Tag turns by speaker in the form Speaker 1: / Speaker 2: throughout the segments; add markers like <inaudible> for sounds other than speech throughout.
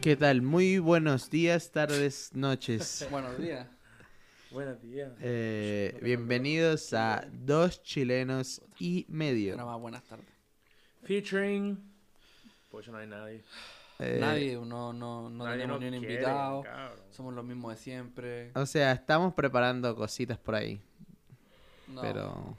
Speaker 1: ¿Qué tal? Muy buenos días, tardes, noches. <laughs>
Speaker 2: Buenos días.
Speaker 3: Buenos días.
Speaker 1: Eh, bienvenidos a Dos Chilenos y
Speaker 2: Nada
Speaker 1: Medio.
Speaker 2: más buenas tardes.
Speaker 3: Featuring. Pues no hay nadie.
Speaker 1: Eh,
Speaker 2: Nadie, no, no, no
Speaker 3: nadie
Speaker 2: tenemos
Speaker 3: nos
Speaker 2: ni un
Speaker 3: quiere,
Speaker 2: invitado.
Speaker 3: cabrón.
Speaker 2: Somos los mismos de siempre.
Speaker 1: O sea, estamos preparando cositas por ahí,
Speaker 2: No,
Speaker 1: pero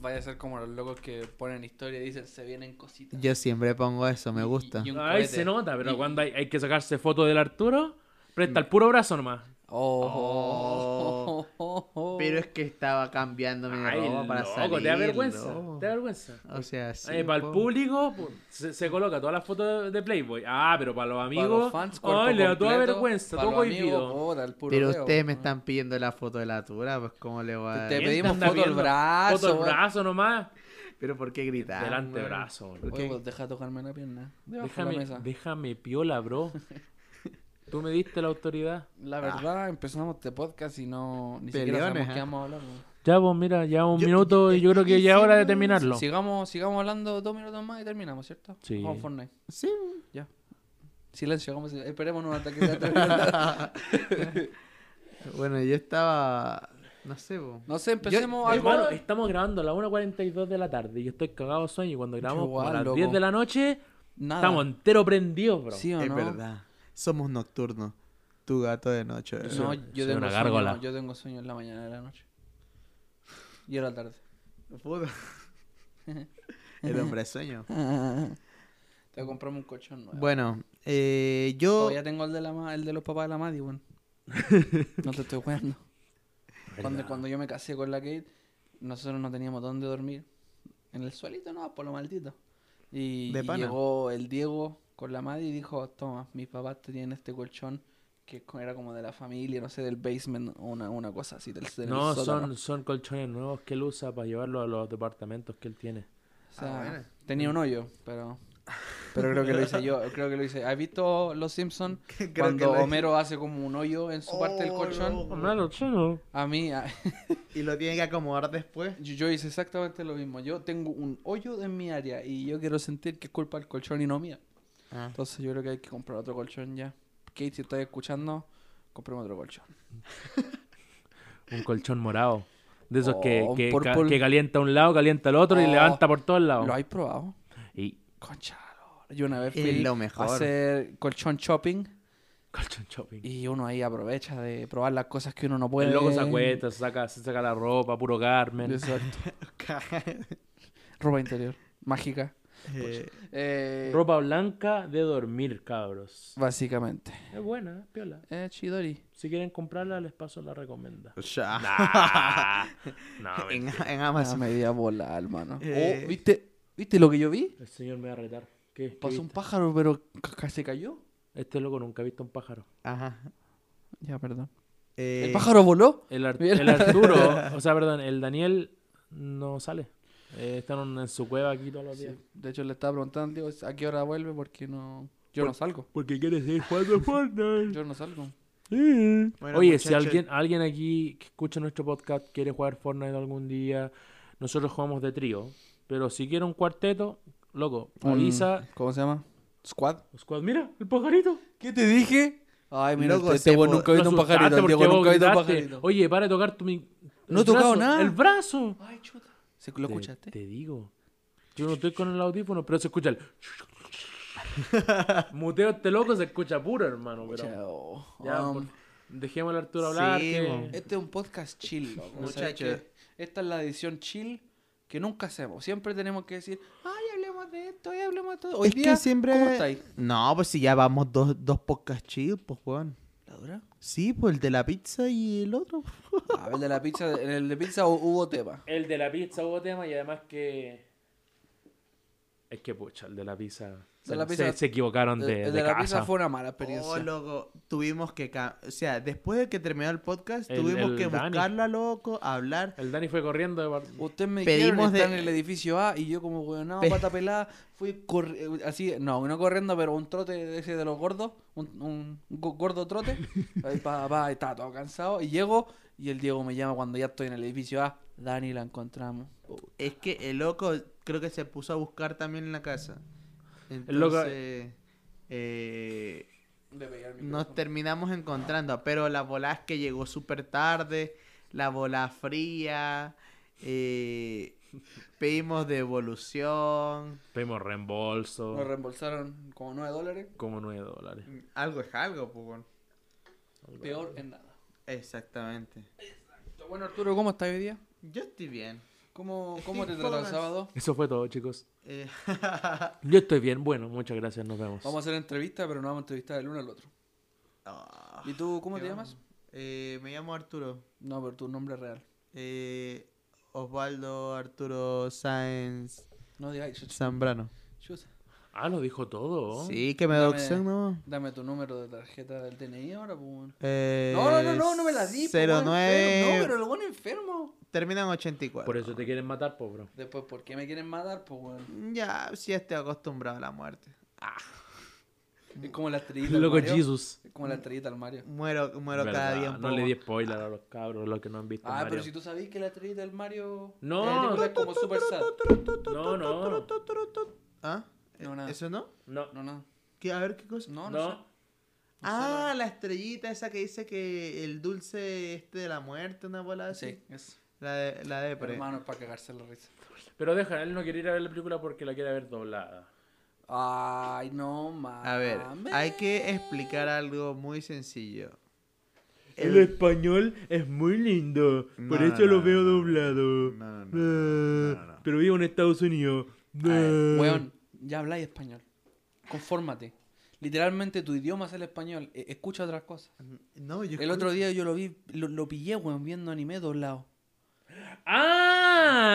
Speaker 2: Vaya a ser como los locos que ponen historia y dicen se vienen cositas.
Speaker 1: yo siempre pongo eso, me
Speaker 2: Y-
Speaker 1: gusta.
Speaker 2: y un
Speaker 3: Ahí
Speaker 2: cohete.
Speaker 3: se nota, pero
Speaker 2: Y-
Speaker 3: cuando hay, hay que sacarse foto del Arturo, presta el puro brazo nomás.
Speaker 2: Oh, <laughs>
Speaker 1: Pero es que estaba cambiando mi
Speaker 3: Ay,
Speaker 1: ropa para
Speaker 3: loco,
Speaker 1: salir.
Speaker 3: te da vergüenza.
Speaker 1: loco.
Speaker 3: Te da vergüenza.
Speaker 2: Ah,
Speaker 1: O sea, sí.
Speaker 3: Ay, para el
Speaker 1: po.
Speaker 3: público pu- se, se coloca todas las fotos de- de Playboy. Ah, pero para los amigos.
Speaker 2: Para los fans, cuerpo
Speaker 3: ay, le da toda
Speaker 2: completo.
Speaker 3: vergüenza,
Speaker 2: Para
Speaker 3: todo
Speaker 2: los amigos,
Speaker 3: cohibido.
Speaker 2: puta, el puro
Speaker 1: Pero
Speaker 2: huevo.
Speaker 1: ustedes me están pidiendo la foto de la tura, pues cómo le voy a
Speaker 2: Te
Speaker 1: dar?
Speaker 3: ¿Quién
Speaker 2: pedimos
Speaker 3: anda
Speaker 2: foto al
Speaker 3: viendo?
Speaker 2: brazo,
Speaker 3: Foto al
Speaker 2: weón.
Speaker 3: brazo nomás.
Speaker 1: Pero ¿por qué gritar?
Speaker 3: Del
Speaker 1: weón?
Speaker 3: <laughs> antebrazo, weón.
Speaker 1: ¿Por
Speaker 2: Oye,
Speaker 1: qué?
Speaker 2: pues deja tocarme la pierna. Debajo de
Speaker 3: Déjame,
Speaker 2: la mesa.
Speaker 3: déjame piola,
Speaker 2: <laughs>
Speaker 3: bro. Tú me diste la autoridad.
Speaker 2: La verdad, empezamos este podcast y no... Ni siquiera
Speaker 1: Ah. Peleones,
Speaker 2: sabemos
Speaker 1: ¿eh?
Speaker 2: qué vamos a hablar, weón.
Speaker 3: Ya, pues mira, ya un
Speaker 1: Yo-
Speaker 3: minuto y yo creo que ya es hora de
Speaker 1: sí,
Speaker 3: terminarlo.
Speaker 2: Sigamos, sigamos hablando dos minutos más y terminamos, ¿cierto?
Speaker 3: Sí.
Speaker 2: Vamos Fortnite.
Speaker 1: Sí.
Speaker 2: Silencio, hagamos silencio. Esperemos un ataque de
Speaker 3: <laughs>
Speaker 1: <laughs>
Speaker 2: atrevido.
Speaker 1: Bueno, yo estaba... No sé, po.
Speaker 2: No sé, empecemos algo.
Speaker 3: Hermano, estamos grabando a las 1.42 de la tarde y yo estoy cagado de sueño. Y cuando grabamos como a
Speaker 2: igual,
Speaker 3: las
Speaker 2: loco.
Speaker 3: 10 de la noche,
Speaker 2: Nada.
Speaker 3: estamos entero prendidos, bro.
Speaker 2: ¿Sí o
Speaker 1: es
Speaker 2: no?
Speaker 1: verdad. Somos nocturnos. Tu gato de noche.
Speaker 2: No, yo
Speaker 3: soy
Speaker 2: tengo,
Speaker 3: una
Speaker 2: sueño,
Speaker 3: gárgola.
Speaker 2: yo tengo sueño en la mañana y en la noche. Y en la
Speaker 3: <laughs>
Speaker 2: tarde.
Speaker 1: Puta. <laughs> El hombre
Speaker 2: <laughs>
Speaker 1: sueño.
Speaker 2: Te voy a comprarme un colchón nuevo.
Speaker 1: Bueno, eh,
Speaker 2: Oh,
Speaker 1: yo...
Speaker 2: ya tengo el de, la, ma- el de los papás de la
Speaker 1: <laughs>
Speaker 2: Madi, weón. No te estoy jugando. Cuando, cuando yo me casé con la Kate, nosotros no teníamos dónde dormir. En el suelito, no, por lo maldito. Y,
Speaker 1: De
Speaker 2: y
Speaker 1: pana.
Speaker 2: llegó el Diego con la madre y dijo, toma, mis papás tenían este colchón que es co- era como de la familia, no sé, del basement o una, una cosa así. Del, del
Speaker 3: No,
Speaker 2: sótano".
Speaker 3: son, son colchones nuevos que él usa para llevarlo a los departamentos que él tiene.
Speaker 2: O sea,
Speaker 1: Ah, bueno.
Speaker 2: tenía un hoyo, pero... Pero creo que lo hice yo, creo que lo hice. ¿Has visto Los Simpsons?
Speaker 1: <laughs> Creo que
Speaker 2: Cuando
Speaker 1: lo hice.
Speaker 2: Homero hace como un hoyo en su parte del
Speaker 1: Oh,
Speaker 2: colchón.
Speaker 1: no.
Speaker 2: A mí, a- <laughs>
Speaker 1: Y lo tiene que acomodar después.
Speaker 2: Yo, yo hice exactamente lo mismo. Yo tengo un hoyo en mi área y yo quiero sentir que es culpa del colchón y no mía.
Speaker 1: <laughs> Ah.
Speaker 2: Entonces yo creo que hay que comprar otro colchón ya. Kate, si estás escuchando, compremos otro colchón.
Speaker 3: Un colchón morado. De esos que,
Speaker 2: Oh, un
Speaker 3: que, ca-
Speaker 2: purple.
Speaker 3: que calienta un lado, calienta el otro y
Speaker 2: Oh,
Speaker 3: levanta por todos lados.
Speaker 2: ¿Lo has probado?
Speaker 3: Y
Speaker 2: Concha. la lora. Yo una vez
Speaker 1: Es
Speaker 2: fui
Speaker 1: lo mejor.
Speaker 2: a hacer colchón shopping
Speaker 3: colchón shopping.
Speaker 2: y uno ahí aprovecha de probar las cosas que uno no puede.
Speaker 3: El loco se acuesta, se saca, se saca la ropa, puro Carmen.
Speaker 2: Exacto. Ropa interior. Mágica.
Speaker 1: Eh,
Speaker 2: Eh,
Speaker 3: Ropa blanca de dormir, cabros.
Speaker 2: Básicamente.
Speaker 3: Es buena, es piola.
Speaker 2: Eh, Chidori.
Speaker 3: Si quieren comprarla, les paso la recomienda.
Speaker 1: ya. <laughs>
Speaker 3: no,
Speaker 1: en,
Speaker 3: mentira.
Speaker 1: en
Speaker 2: Más
Speaker 1: Amazon.
Speaker 2: media bola, hermano.
Speaker 1: Eh.
Speaker 2: Oh, ¿viste, ¿Viste lo que yo vi?
Speaker 3: el señor me va a retar. ¿Qué? ¿Qué
Speaker 2: Pasó un
Speaker 3: viste?
Speaker 2: pájaro, pero ca- ca- se cayó.
Speaker 3: Este loco nunca ha visto un pájaro.
Speaker 1: Ajá.
Speaker 2: Ya, perdón.
Speaker 1: Eh,
Speaker 2: ¿El pájaro voló?
Speaker 3: El, Ar-
Speaker 2: Mira.
Speaker 3: el <laughs> Arturo, o sea, perdón, el Daniel no sale. Eh, están en su cueva aquí todos los días.
Speaker 2: De hecho, le estaba preguntando digo, a qué hora vuelve porque no... Yo no salgo.
Speaker 3: Porque quieres seguir
Speaker 2: <laughs>
Speaker 3: jugando Fortnite.
Speaker 2: Yo no salgo.
Speaker 1: Bueno,
Speaker 3: Oye, si
Speaker 1: muchachos.
Speaker 3: alguien, alguien aquí que escucha nuestro podcast quiere jugar Fortnite algún día, nosotros jugamos de trío. Pero si quiere un cuarteto, loco,
Speaker 2: Un-
Speaker 3: avisa.
Speaker 2: ¿Cómo se llama? ¿Squad?
Speaker 3: Squad, mira, el pajarito.
Speaker 2: ¿Qué te dije? Ay, mira,
Speaker 1: Loco,
Speaker 2: este
Speaker 1: se
Speaker 2: Diego
Speaker 1: po-
Speaker 2: nunca ha visto un
Speaker 3: Lo asustaste
Speaker 2: pajarito. el
Speaker 3: porque
Speaker 2: Diego
Speaker 3: vos
Speaker 2: nunca ha visto un
Speaker 3: gritaste,
Speaker 2: pajarito.
Speaker 3: Oye, para de tocar tu... mi-
Speaker 2: No he
Speaker 3: el
Speaker 2: tocado
Speaker 3: brazo,
Speaker 2: nada.
Speaker 3: ¡El brazo!
Speaker 2: Ay, chuta. ¿Se- ¿Lo
Speaker 3: Te-
Speaker 2: escuchaste?
Speaker 3: Te, digo. Yo no estoy con el audífono, pero se
Speaker 2: <laughs>
Speaker 3: escucha el... Muteo este loco, se escucha puro, hermano. pero-
Speaker 2: Chao.
Speaker 3: Ya,
Speaker 2: Um,
Speaker 3: por- dejemos al Arturo hablar.
Speaker 1: sí,
Speaker 3: que-
Speaker 1: mo.
Speaker 2: Este es un podcast <laughs> chill, loco. O sea,
Speaker 1: Muchachos.
Speaker 2: que Esta es la edición chill que nunca hacemos. Siempre tenemos que decir, ay, hablemos de esto, ay, hablemos de todo. Hoy
Speaker 1: es
Speaker 2: día,
Speaker 1: que siempre...
Speaker 2: ¿cómo estáis?
Speaker 1: No, pues si ya vamos dos, dos podcast chill, pues, weón.
Speaker 2: ¿La dura?
Speaker 1: Sí, pues el de la pizza y el otro.
Speaker 2: A ver, de la pizza, en Ah, el de pizza hu- hubo tema.
Speaker 3: El de la pizza hubo tema y además que... Es que pucha, el de la pizza... se-
Speaker 2: la
Speaker 3: se-
Speaker 2: pizza-
Speaker 3: Se, equivocaron
Speaker 2: El
Speaker 3: de,
Speaker 2: el de,
Speaker 3: de
Speaker 2: la
Speaker 3: casa.
Speaker 2: pizza fue una mala
Speaker 1: Oh,
Speaker 2: experiencia.
Speaker 1: loco, tuvimos que... ca- O sea, después de que terminó el podcast,
Speaker 3: El-
Speaker 1: tuvimos
Speaker 3: el
Speaker 1: que
Speaker 3: Dani.
Speaker 1: buscarla, loco, hablar.
Speaker 3: El Dani fue corriendo de... par-
Speaker 2: Usted me
Speaker 1: Pedimos
Speaker 2: dijeron
Speaker 1: de-
Speaker 2: está en el edificio A y yo como weón,
Speaker 1: Pe-
Speaker 2: pata pelada, fui corri- así, no, no corriendo, pero un trote de ese de los gordos, un, un go- gordo
Speaker 1: <laughs>
Speaker 2: trote, ahí pa, pa, estaba todo cansado, y llego y el Diego me llama cuando ya estoy en el edificio A, Dani la encontramos.
Speaker 1: Es que el loco creo que se puso a buscar también en la casa. Entonces...
Speaker 3: loco-
Speaker 1: eh,
Speaker 2: Le pegué al
Speaker 1: nos
Speaker 2: micrófono.
Speaker 1: terminamos encontrando. Pero la bola es que llegó súper tarde, la bola fría, eh, pedimos devolución.
Speaker 3: Pedimos reembolso.
Speaker 2: Nos reembolsaron como 9 dólares.
Speaker 3: como 9 dólares.
Speaker 1: Algo es algo, pues. weón.
Speaker 2: Peor en nada.
Speaker 1: Exactamente.
Speaker 2: Bueno, Arturo, ¿cómo estás hoy día?
Speaker 1: Yo estoy bien.
Speaker 2: ¿Cómo,
Speaker 1: Estoy
Speaker 2: cómo te
Speaker 1: poco
Speaker 2: trató el
Speaker 1: más.
Speaker 2: sábado?
Speaker 3: Eso fue todo, chicos.
Speaker 1: Eh, <laughs>
Speaker 3: Yo estoy bien. Bueno, muchas gracias. Nos vemos.
Speaker 2: Vamos a hacer entrevista, pero no vamos a entrevistar el uno al otro.
Speaker 1: ah,
Speaker 2: ¿Y tú cómo te
Speaker 1: yo-
Speaker 2: llamas?
Speaker 1: eh, me llamo Arturo.
Speaker 2: No, pero tu nombre es real.
Speaker 1: Eh, Osvaldo Arturo Sáenz
Speaker 2: No digas, "Ay, chuch,
Speaker 1: Zambrano.
Speaker 2: chucha".
Speaker 3: Ah, lo dijo todo.
Speaker 1: Sí, que me
Speaker 2: Dame-
Speaker 1: doxen, ¿no?
Speaker 2: Dame tu número de tarjeta del DNI ahora, pues. weón.
Speaker 1: Eh,
Speaker 2: No, no, no, no, no me la di. pues, weón,
Speaker 1: 09.
Speaker 2: enfermo. No, pero el buen enfermo.
Speaker 1: Terminan 84.
Speaker 3: Por eso te quieren matar, po,
Speaker 2: <laughs>
Speaker 3: bro.
Speaker 2: Después, ¿por qué me quieren matar, pues, weón?
Speaker 1: Ya, sí estoy acostumbrado a la muerte.
Speaker 2: Es como la estrellita. al
Speaker 3: Loco
Speaker 2: Mario.
Speaker 3: Jesus.
Speaker 2: Es como la estrellita al Mario.
Speaker 1: Muero, muero cada
Speaker 3: Verdad,
Speaker 1: día un
Speaker 3: No
Speaker 1: poco
Speaker 3: le di
Speaker 1: más.
Speaker 3: spoiler a los cabros, los que no han visto.
Speaker 2: Ah,
Speaker 3: Mario.
Speaker 2: pero si tú sabías que la estrellita del Mario.
Speaker 3: No.
Speaker 2: La película es como Super Sad.
Speaker 3: No, no.
Speaker 1: ¿Ah?
Speaker 2: No, nada.
Speaker 1: ¿Eso no?
Speaker 3: No,
Speaker 2: No, no.
Speaker 1: ¿Qué? A ver, ¿qué cosa?
Speaker 2: No, no. sé.
Speaker 3: no.
Speaker 1: ah, la estrellita esa que dice que el dulce este de la muerte, una bola así.
Speaker 2: Sí, es.
Speaker 1: La de, la de pre.
Speaker 2: Hermano, es para cagarse la risa.
Speaker 3: Pero deja, él no quiere ir a ver la película porque la quiere ver doblada.
Speaker 2: Ay, no mames.
Speaker 1: A ver, hay que explicar algo muy sencillo.
Speaker 3: El español es muy lindo,
Speaker 1: No,
Speaker 3: por
Speaker 1: no,
Speaker 3: eso
Speaker 1: no,
Speaker 3: lo
Speaker 1: no,
Speaker 3: veo
Speaker 1: no, no.
Speaker 3: doblado.
Speaker 1: No, no, no,
Speaker 3: Ah,
Speaker 1: no, no, no.
Speaker 3: Pero vivo en Estados Unidos.
Speaker 2: A ver,
Speaker 3: Ah.
Speaker 2: Weón, ya habláis español. Confórmate. Literalmente tu idioma es el español. E- Escucha otras cosas.
Speaker 1: No, yo
Speaker 2: El otro día yo lo vi, lo, lo pillé, weón, viendo anime doblado.
Speaker 3: ¡Ah!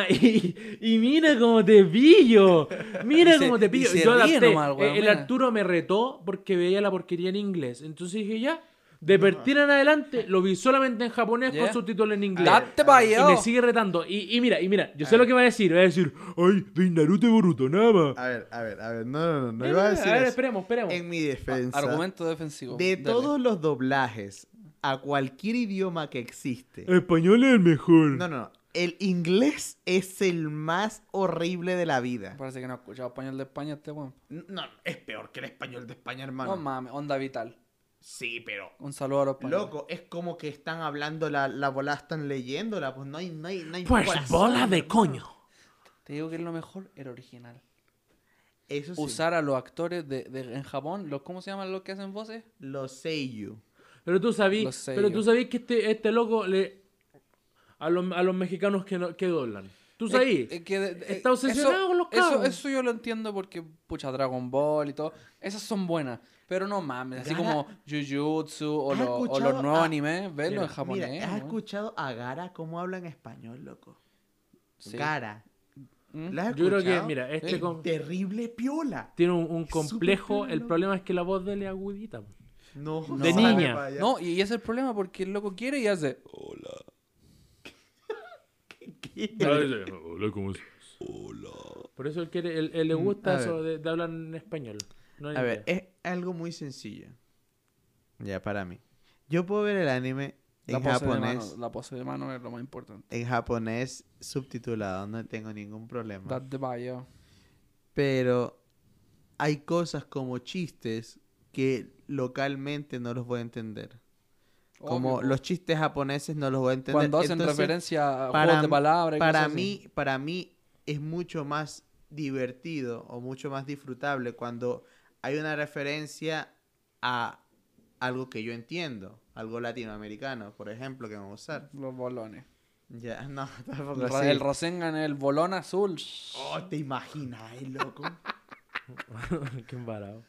Speaker 3: <laughs> Y, y mira cómo te pillo. Mira
Speaker 2: Y se-
Speaker 3: cómo te
Speaker 2: y
Speaker 3: pillo.
Speaker 2: se
Speaker 3: Yo
Speaker 2: ríe
Speaker 3: adapté.
Speaker 2: nomás, weón,
Speaker 3: Eh, el
Speaker 2: mira.
Speaker 3: Arturo me retó porque veía la porquería en inglés. Entonces dije, ya, de partir en adelante lo vi solamente en japonés
Speaker 2: Ya.
Speaker 3: con subtítulos en inglés.
Speaker 2: ¡Date pa'
Speaker 3: Y
Speaker 2: allá!
Speaker 3: me sigue retando. Y, y mira, y mira, yo sé lo que va a decir. Va a decir, ay, de Naruto y Boruto, nada
Speaker 2: Ah,
Speaker 3: más.
Speaker 1: A ver, a ver, a ver, no, no, no, no
Speaker 3: Eh,
Speaker 1: iba a
Speaker 3: a
Speaker 1: decir
Speaker 3: ver,
Speaker 1: eso.
Speaker 3: esperemos, esperemos.
Speaker 1: En mi defensa,
Speaker 2: Argumento defensivo.
Speaker 1: de
Speaker 2: Dale.
Speaker 1: todos los doblajes a cualquier idioma que existe,
Speaker 3: español es el mejor.
Speaker 1: no, no, no, el inglés es el más horrible de la vida.
Speaker 2: Parece que no ha escuchado español de España este weón.
Speaker 1: No, es peor que el español de España,
Speaker 2: No
Speaker 1: hermano.
Speaker 2: mames, onda vital.
Speaker 1: sí, pero
Speaker 2: Un saludo a los españoles.
Speaker 1: Loco, es como que están hablando la, la bola, están leyéndola, pues no hay, no hay, no hay
Speaker 3: Pues
Speaker 1: corazón,
Speaker 3: bola de
Speaker 1: hermano.
Speaker 3: coño.
Speaker 2: Te digo que es lo mejor, el original.
Speaker 1: Eso sí,
Speaker 2: Usar a los actores de, de- en Japón, los, ¿cómo se llaman los que hacen voces?
Speaker 1: los seiyu.
Speaker 3: Pero tú
Speaker 2: Lo
Speaker 3: sabías,
Speaker 2: sé
Speaker 3: pero
Speaker 2: yo.
Speaker 3: tú sabías que este, este loco le a los, a los mexicanos que, no- que doblan. Tú
Speaker 1: Pues
Speaker 2: ahí
Speaker 3: sabías. Está obsesionado con los
Speaker 2: eso,
Speaker 3: cabros.
Speaker 2: eso yo lo entiendo porque, pucha, Dragon Ball y todo. Esas son buenas. Pero no mames, así
Speaker 1: Gara-
Speaker 2: como Jujutsu o,
Speaker 1: ¿Has
Speaker 2: lo- o
Speaker 1: escuchado
Speaker 2: los nuevos
Speaker 1: a-
Speaker 2: animes, verlo en
Speaker 1: Mira,
Speaker 2: japonés.
Speaker 1: Mira, ¿has
Speaker 2: weón.
Speaker 1: escuchado a Gara cómo habla en español, loco?
Speaker 2: Sí.
Speaker 1: Gara.
Speaker 2: ¿Mm?
Speaker 1: ¿La has
Speaker 3: Yo creo que,
Speaker 1: escuchado?
Speaker 3: mira, este
Speaker 1: Qué
Speaker 3: com-
Speaker 1: terrible piola.
Speaker 3: tiene un, un
Speaker 1: Es
Speaker 3: complejo.
Speaker 1: súper
Speaker 3: El
Speaker 1: loco.
Speaker 3: problema es que la voz de él es agudita. po.
Speaker 1: No,
Speaker 3: De
Speaker 1: sale
Speaker 3: niña.
Speaker 1: pa' allá.
Speaker 2: No, y, y ese es el problema porque el loco quiere y hace.
Speaker 3: Ah, Hola, ¿cómo Por eso él, quiere, él, él le
Speaker 1: Mm,
Speaker 3: gusta
Speaker 1: a
Speaker 3: eso de, de hablar en español. no
Speaker 1: <laughs>
Speaker 3: en
Speaker 1: A ver,
Speaker 3: inglés.
Speaker 1: es algo muy sencillo. Ya, para mí. Yo puedo ver el anime
Speaker 2: La
Speaker 1: en
Speaker 2: pose, de
Speaker 1: japonés,
Speaker 2: mano, la pose de mano es lo más importante.
Speaker 1: en japonés subtitulado, no tengo ningún problema.
Speaker 2: That the bio.
Speaker 1: pero hay cosas como chistes que localmente no los voy a entender. Como
Speaker 2: Obvio,
Speaker 1: los chistes japoneses no los voy a entender.
Speaker 2: Cuando hacen
Speaker 1: Entonces,
Speaker 2: referencia a
Speaker 1: para
Speaker 2: juegos de
Speaker 1: mí-
Speaker 2: palabras. y
Speaker 1: para
Speaker 2: cosas así.
Speaker 1: mí, para mí es mucho más divertido o mucho más disfrutable cuando hay una referencia a algo que yo entiendo, algo latinoamericano, por ejemplo, que vamos a usar.
Speaker 2: Los bolones.
Speaker 1: Ya, <laughs> no, tampoco
Speaker 2: El,
Speaker 1: así.
Speaker 2: Ra- el Rasengan, el bolón azul.
Speaker 1: Oh, te imaginas, eh, loco.
Speaker 3: <laughs> Qué embarado.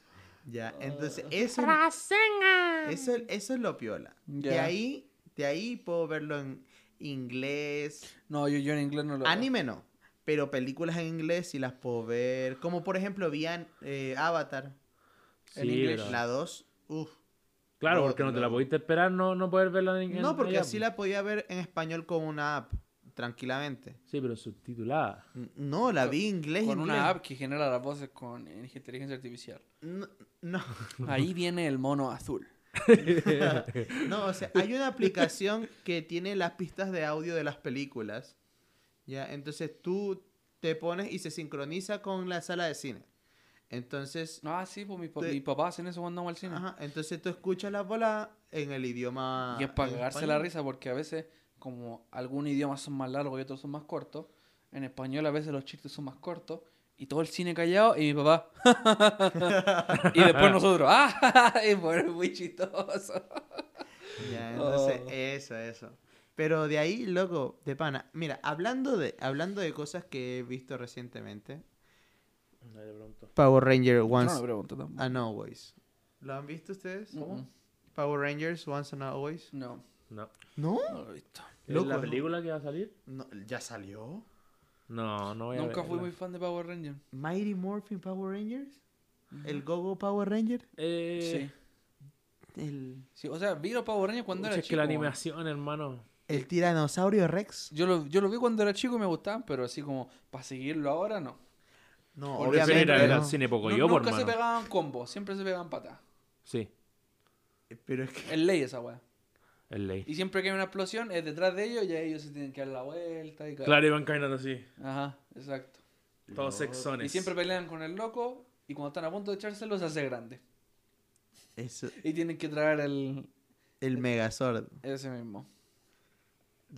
Speaker 1: ya,
Speaker 2: <laughs>
Speaker 1: entonces eso Eso, eso es lo piola. De
Speaker 2: Ya.
Speaker 1: ahí, de ahí puedo verlo en inglés.
Speaker 2: No, yo, yo en inglés no lo
Speaker 1: Anime no. Pero películas en inglés sí las puedo ver. Como por ejemplo, vi an- eh, Avatar.
Speaker 3: Sí,
Speaker 2: En inglés.
Speaker 3: bro.
Speaker 1: La 2. Uf.
Speaker 3: Claro,
Speaker 1: No,
Speaker 3: porque no te la
Speaker 1: no.
Speaker 3: pudiste esperar, no, no poder verla en inglés.
Speaker 1: No, porque así la podía ver en español con una app. Tranquilamente.
Speaker 3: Sí, pero subtitulada.
Speaker 1: N- No, la
Speaker 2: Con-
Speaker 1: vi en inglés.
Speaker 2: Con
Speaker 1: inglés.
Speaker 2: una app que genera las voces con inteligencia artificial.
Speaker 1: No,
Speaker 2: <laughs>
Speaker 1: no,
Speaker 2: Ahí viene el mono azul.
Speaker 1: no, o sea, hay una aplicación que tiene las pistas de audio de las películas. Ya, entonces tú te pones y se sincroniza con la sala de cine. Entonces,
Speaker 2: Ah, sí, pues mis, pa-
Speaker 1: De-
Speaker 2: mis papás hacen eso cuando vamos al cine.
Speaker 1: ajá, entonces tú escuchas las bolas en el idioma.
Speaker 2: Y es para
Speaker 1: en
Speaker 2: cagarse
Speaker 1: español.
Speaker 2: la risa porque a veces, como algunos idiomas son más largos y otros son más cortos, en español a veces los chistes son más cortos y todo el cine callado y mi papá. <laughs> y
Speaker 3: <laughs>
Speaker 2: después nosotros. ¡Ah! <laughs> y por muy chistoso.
Speaker 1: Ya, entonces,
Speaker 2: Oh.
Speaker 1: eso, eso. Pero de ahí, loco, de pana. Mira, hablando de, hablando de cosas que he visto recientemente,
Speaker 3: Dale, pronto.
Speaker 1: Power Ranger
Speaker 2: Yo no
Speaker 1: Once
Speaker 2: me pregunto tampoco.
Speaker 1: and Always. ¿Lo han visto ustedes?
Speaker 2: Mm,
Speaker 1: Power Rangers Once and Always.
Speaker 2: No,
Speaker 3: No.
Speaker 1: ¿No?
Speaker 2: no lo he visto.
Speaker 1: Loco,
Speaker 3: ¿Es la
Speaker 1: ¿no?
Speaker 3: película que va a salir?
Speaker 1: no ¿Ya salió?
Speaker 3: No, no voy a
Speaker 2: Nunca fui
Speaker 3: verla.
Speaker 2: muy fan de Power Rangers.
Speaker 1: ¿Mighty Morphin Power Rangers? ¿El Gogo Power Ranger?
Speaker 3: Eh,
Speaker 2: Sí.
Speaker 1: ¿El,
Speaker 2: sí. O sea, vi los Power Rangers cuando
Speaker 3: pucha,
Speaker 2: era
Speaker 3: es
Speaker 2: chico.
Speaker 3: que la
Speaker 2: weón.
Speaker 3: animación, hermano.
Speaker 1: el Tiranosaurio Rex?
Speaker 2: Yo lo, yo lo vi cuando era chico y me gustaban, pero así como para seguirlo ahora, no.
Speaker 1: No,
Speaker 3: Porque prefiero ir a
Speaker 1: obviamente.
Speaker 3: ver
Speaker 1: no.
Speaker 3: al cine poco
Speaker 2: Nu-
Speaker 3: yo, por
Speaker 2: nunca se
Speaker 3: hermano.
Speaker 2: pegaban combos, siempre se pegaban patas.
Speaker 3: Sí,
Speaker 1: Pero es que.
Speaker 2: Es ley esa weá.
Speaker 3: es ley.
Speaker 2: Y siempre que hay una explosión es detrás de ellos y ahí ellos se tienen que dar la vuelta y ca-
Speaker 3: Claro, iban caminando así.
Speaker 2: Ajá, exacto.
Speaker 3: Todos
Speaker 1: No,
Speaker 3: sexones.
Speaker 2: Y siempre pelean con el loco y cuando están a punto de echárselo se hace grande.
Speaker 1: Eso,
Speaker 2: Y tienen que traer el
Speaker 1: el Megazord.
Speaker 2: ese mismo.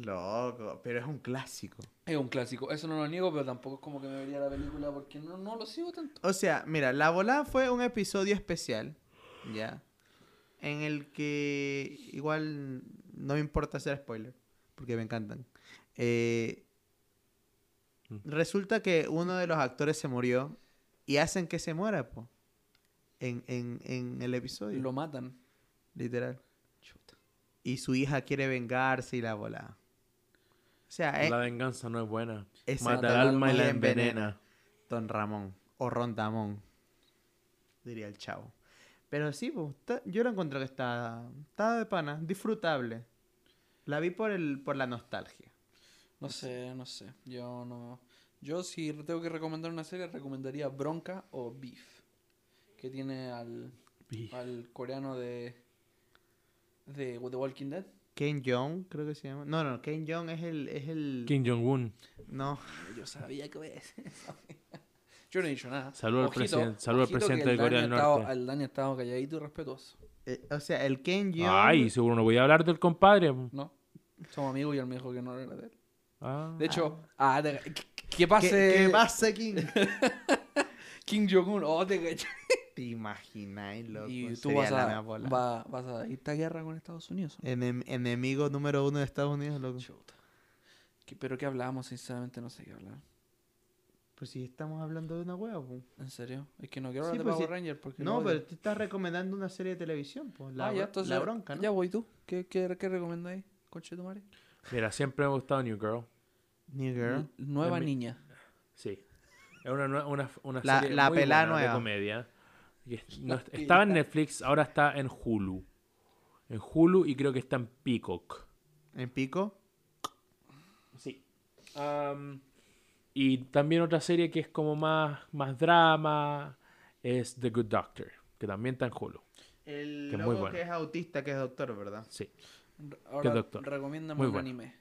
Speaker 1: Loco, pero es un clásico.
Speaker 2: Es un clásico, eso no lo niego, pero tampoco es como que me vería la película porque no, no lo sigo tanto.
Speaker 1: O sea, mira, La Volada fue un episodio especial, ¿ya? En el que igual no me importa hacer spoiler, porque me encantan. Eh,
Speaker 3: Mm.
Speaker 1: resulta que uno de los actores se murió y hacen que se muera, po. En, en, en el episodio,
Speaker 2: Lo matan.
Speaker 1: literal.
Speaker 2: Chuta.
Speaker 1: Y su hija quiere vengarse y la volada. O sea,
Speaker 2: Eh.
Speaker 1: es
Speaker 3: La venganza no es buena.
Speaker 1: Esa-
Speaker 3: Mata al alma y la
Speaker 1: envenena.
Speaker 3: envenena.
Speaker 1: Don Ramón o Rondamón, diría el chavo. Pero sí, po, ta- yo lo encontré que está, está de pana, disfrutable. La vi por el por la nostalgia.
Speaker 2: No sé, no sé. Yo no. Yo si tengo que recomendar una serie, recomendaría Bronca o Beef. Que tiene al, al coreano de. de The Walking Dead.
Speaker 1: Ken Jong, creo que se llama. No, no, Ken Jong es el es el
Speaker 3: Kim Jong-un.
Speaker 1: no,
Speaker 2: Yo sabía que voy a decir eso. <laughs> Yo no he dicho nada.
Speaker 3: Saludo al presidente- saludo al
Speaker 2: ojito que
Speaker 3: presidente
Speaker 2: el
Speaker 3: de Corea
Speaker 2: Dani
Speaker 3: del
Speaker 2: ha estado-
Speaker 3: Norte.
Speaker 2: El Dani ha estado calladito y respetuoso,
Speaker 1: eh, o sea, el Ken Jong
Speaker 3: Ay, seguro no voy a hablar del compadre.
Speaker 2: ¿no? Somos amigos y él me dijo que no era de él.
Speaker 3: Ah.
Speaker 2: De hecho, ah, te- que- que
Speaker 1: ¿Qué,
Speaker 2: pase
Speaker 1: qué pasa, King? <laughs>
Speaker 2: Kim Jong-un. Oh, te caché.
Speaker 1: ¿Te imagináis, loco?
Speaker 2: Y tú
Speaker 1: Sería
Speaker 2: vas
Speaker 1: la
Speaker 2: a,
Speaker 1: mea bola.
Speaker 2: va- vas a irte a guerra con Estados Unidos. ¿o no?
Speaker 1: Enem- enemigo número uno de Estados Unidos, loco.
Speaker 2: Chuta. ¿Qué- ¿Pero qué hablamos? Sinceramente no sé qué hablar.
Speaker 1: Pues si estamos hablando de una hueá, po.
Speaker 2: ¿En serio? Es que no quiero
Speaker 1: Sí,
Speaker 2: hablar de
Speaker 1: pues
Speaker 2: Power
Speaker 1: sí.
Speaker 2: Rangers porque... lo
Speaker 1: No,
Speaker 2: odio.
Speaker 1: pero tú estás recomendando una serie de televisión, pues. La,
Speaker 2: Ah,
Speaker 1: bro-
Speaker 2: ya, entonces...
Speaker 1: la bronca, ¿no?
Speaker 2: Ya voy tú. ¿Qué, qué, qué recomendáis, Conchetumare?
Speaker 3: Mira, siempre me ha gustado New Girl.
Speaker 1: New Girl.
Speaker 2: N- Nueva
Speaker 3: Dame-
Speaker 2: niña.
Speaker 3: Sí. Es una, nue- una, una
Speaker 1: La-
Speaker 3: serie
Speaker 1: la
Speaker 3: muy
Speaker 1: pelá
Speaker 3: buena de
Speaker 1: nueva.
Speaker 3: comedia. Y es- no-
Speaker 2: La
Speaker 3: estaba en
Speaker 2: pelá.
Speaker 3: Netflix, ahora está en Hulu. En Hulu y creo que está en Peacock.
Speaker 1: En Pico.
Speaker 3: Sí. Am, y también otra serie que es como más, más drama es The Good Doctor, que también está en Hulu.
Speaker 1: El
Speaker 3: Que es muy
Speaker 1: loco
Speaker 3: bueno.
Speaker 1: que es autista, que es doctor, ¿verdad?
Speaker 3: Sí.
Speaker 2: Re- Ahora
Speaker 3: doctor?
Speaker 2: recomiéndame
Speaker 3: Muy
Speaker 2: un
Speaker 3: bueno.
Speaker 2: anime.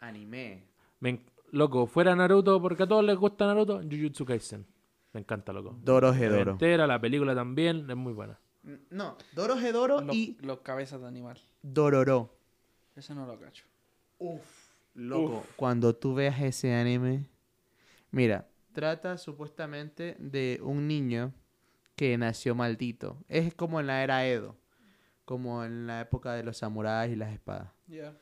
Speaker 1: Anime.
Speaker 3: Me en- Loco, fuera Naruto, porque a todos les gusta Naruto, Jujutsu Kaisen. Me encanta, loco.
Speaker 1: Dorohedoro.
Speaker 3: Entera, la película también, es muy buena.
Speaker 1: Mm, No, Dorohedoro
Speaker 2: Los,
Speaker 1: y
Speaker 2: los cabezas de animal.
Speaker 1: Dororo.
Speaker 2: Ese no lo cacho.
Speaker 1: Uf, loco. Cuando tú veas ese anime. Mira, trata supuestamente de un niño que nació maldito. Es como en la era Edo. Como en la época de los samuráis y las espadas.
Speaker 2: Ya.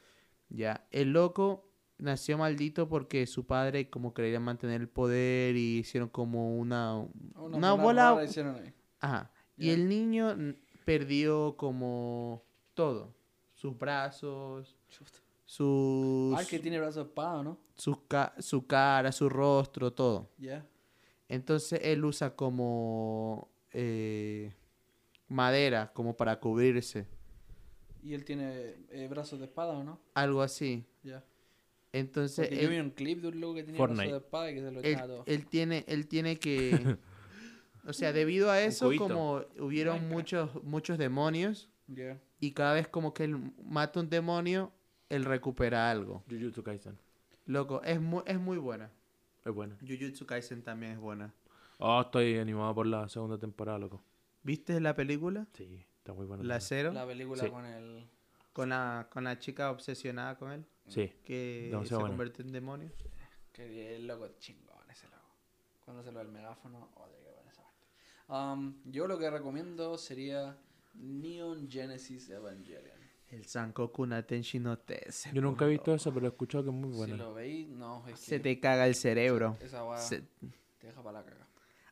Speaker 1: Ya, el loco nació maldito porque su padre como quería mantener el poder y hicieron como una... Una bola-
Speaker 2: hicieron ahí.
Speaker 1: Ajá. Y
Speaker 2: Ya.
Speaker 1: el niño mm, perdió como todo. Sus brazos,
Speaker 2: Chuta.
Speaker 1: sus,
Speaker 2: Ah, el que tiene brazo de espada, ¿no?
Speaker 1: sus ca- su cara, su rostro, todo.
Speaker 2: Ya.
Speaker 1: Entonces él usa como eh, madera, como para cubrirse.
Speaker 2: Y él tiene eh, brazos de espada, ¿o no?
Speaker 1: Algo así.
Speaker 2: Ya.
Speaker 1: Entonces
Speaker 2: Porque yo
Speaker 1: él-
Speaker 2: vi un clip de un loco que tenía
Speaker 3: Fortnite.
Speaker 2: brazos de espada y que se lo echaba a
Speaker 1: él,
Speaker 2: todo.
Speaker 1: él tiene él tiene que
Speaker 2: <laughs>
Speaker 1: o sea debido a eso
Speaker 3: cubito.
Speaker 1: como hubieron
Speaker 2: Minecraft.
Speaker 1: muchos muchos demonios
Speaker 2: Ya.
Speaker 1: y cada vez como que él mata un demonio él recupera algo
Speaker 3: Jujutsu Kaisen,
Speaker 1: loco es muy es muy buena
Speaker 3: es buena.
Speaker 1: Jujutsu Kaisen también es buena
Speaker 3: Oh, estoy animado por la segunda temporada, loco.
Speaker 1: ¿Viste la película?
Speaker 3: Sí, está muy buena.
Speaker 1: La
Speaker 3: también.
Speaker 1: cero.
Speaker 2: La película
Speaker 3: Sí.
Speaker 2: con el.
Speaker 1: Con, la, con la chica obsesionada con él.
Speaker 3: Sí.
Speaker 1: Que se
Speaker 3: Demasiado buena.
Speaker 1: convirtió en demonio.
Speaker 2: Que el loco chingón ese loco. Cuando se lo da el megáfono, oye, qué buena esa parte. Um, yo lo que recomiendo sería Neon Genesis Evangelion.
Speaker 1: El Sankoku Natenshi no Tensei,
Speaker 3: Yo nunca he
Speaker 1: por
Speaker 3: visto
Speaker 1: favor.
Speaker 3: eso, pero he escuchado que es muy buena.
Speaker 2: Si lo veis, no, es
Speaker 1: Se
Speaker 2: que
Speaker 1: te caga el cerebro.
Speaker 2: esa weá
Speaker 1: Se-
Speaker 2: te deja para la caga.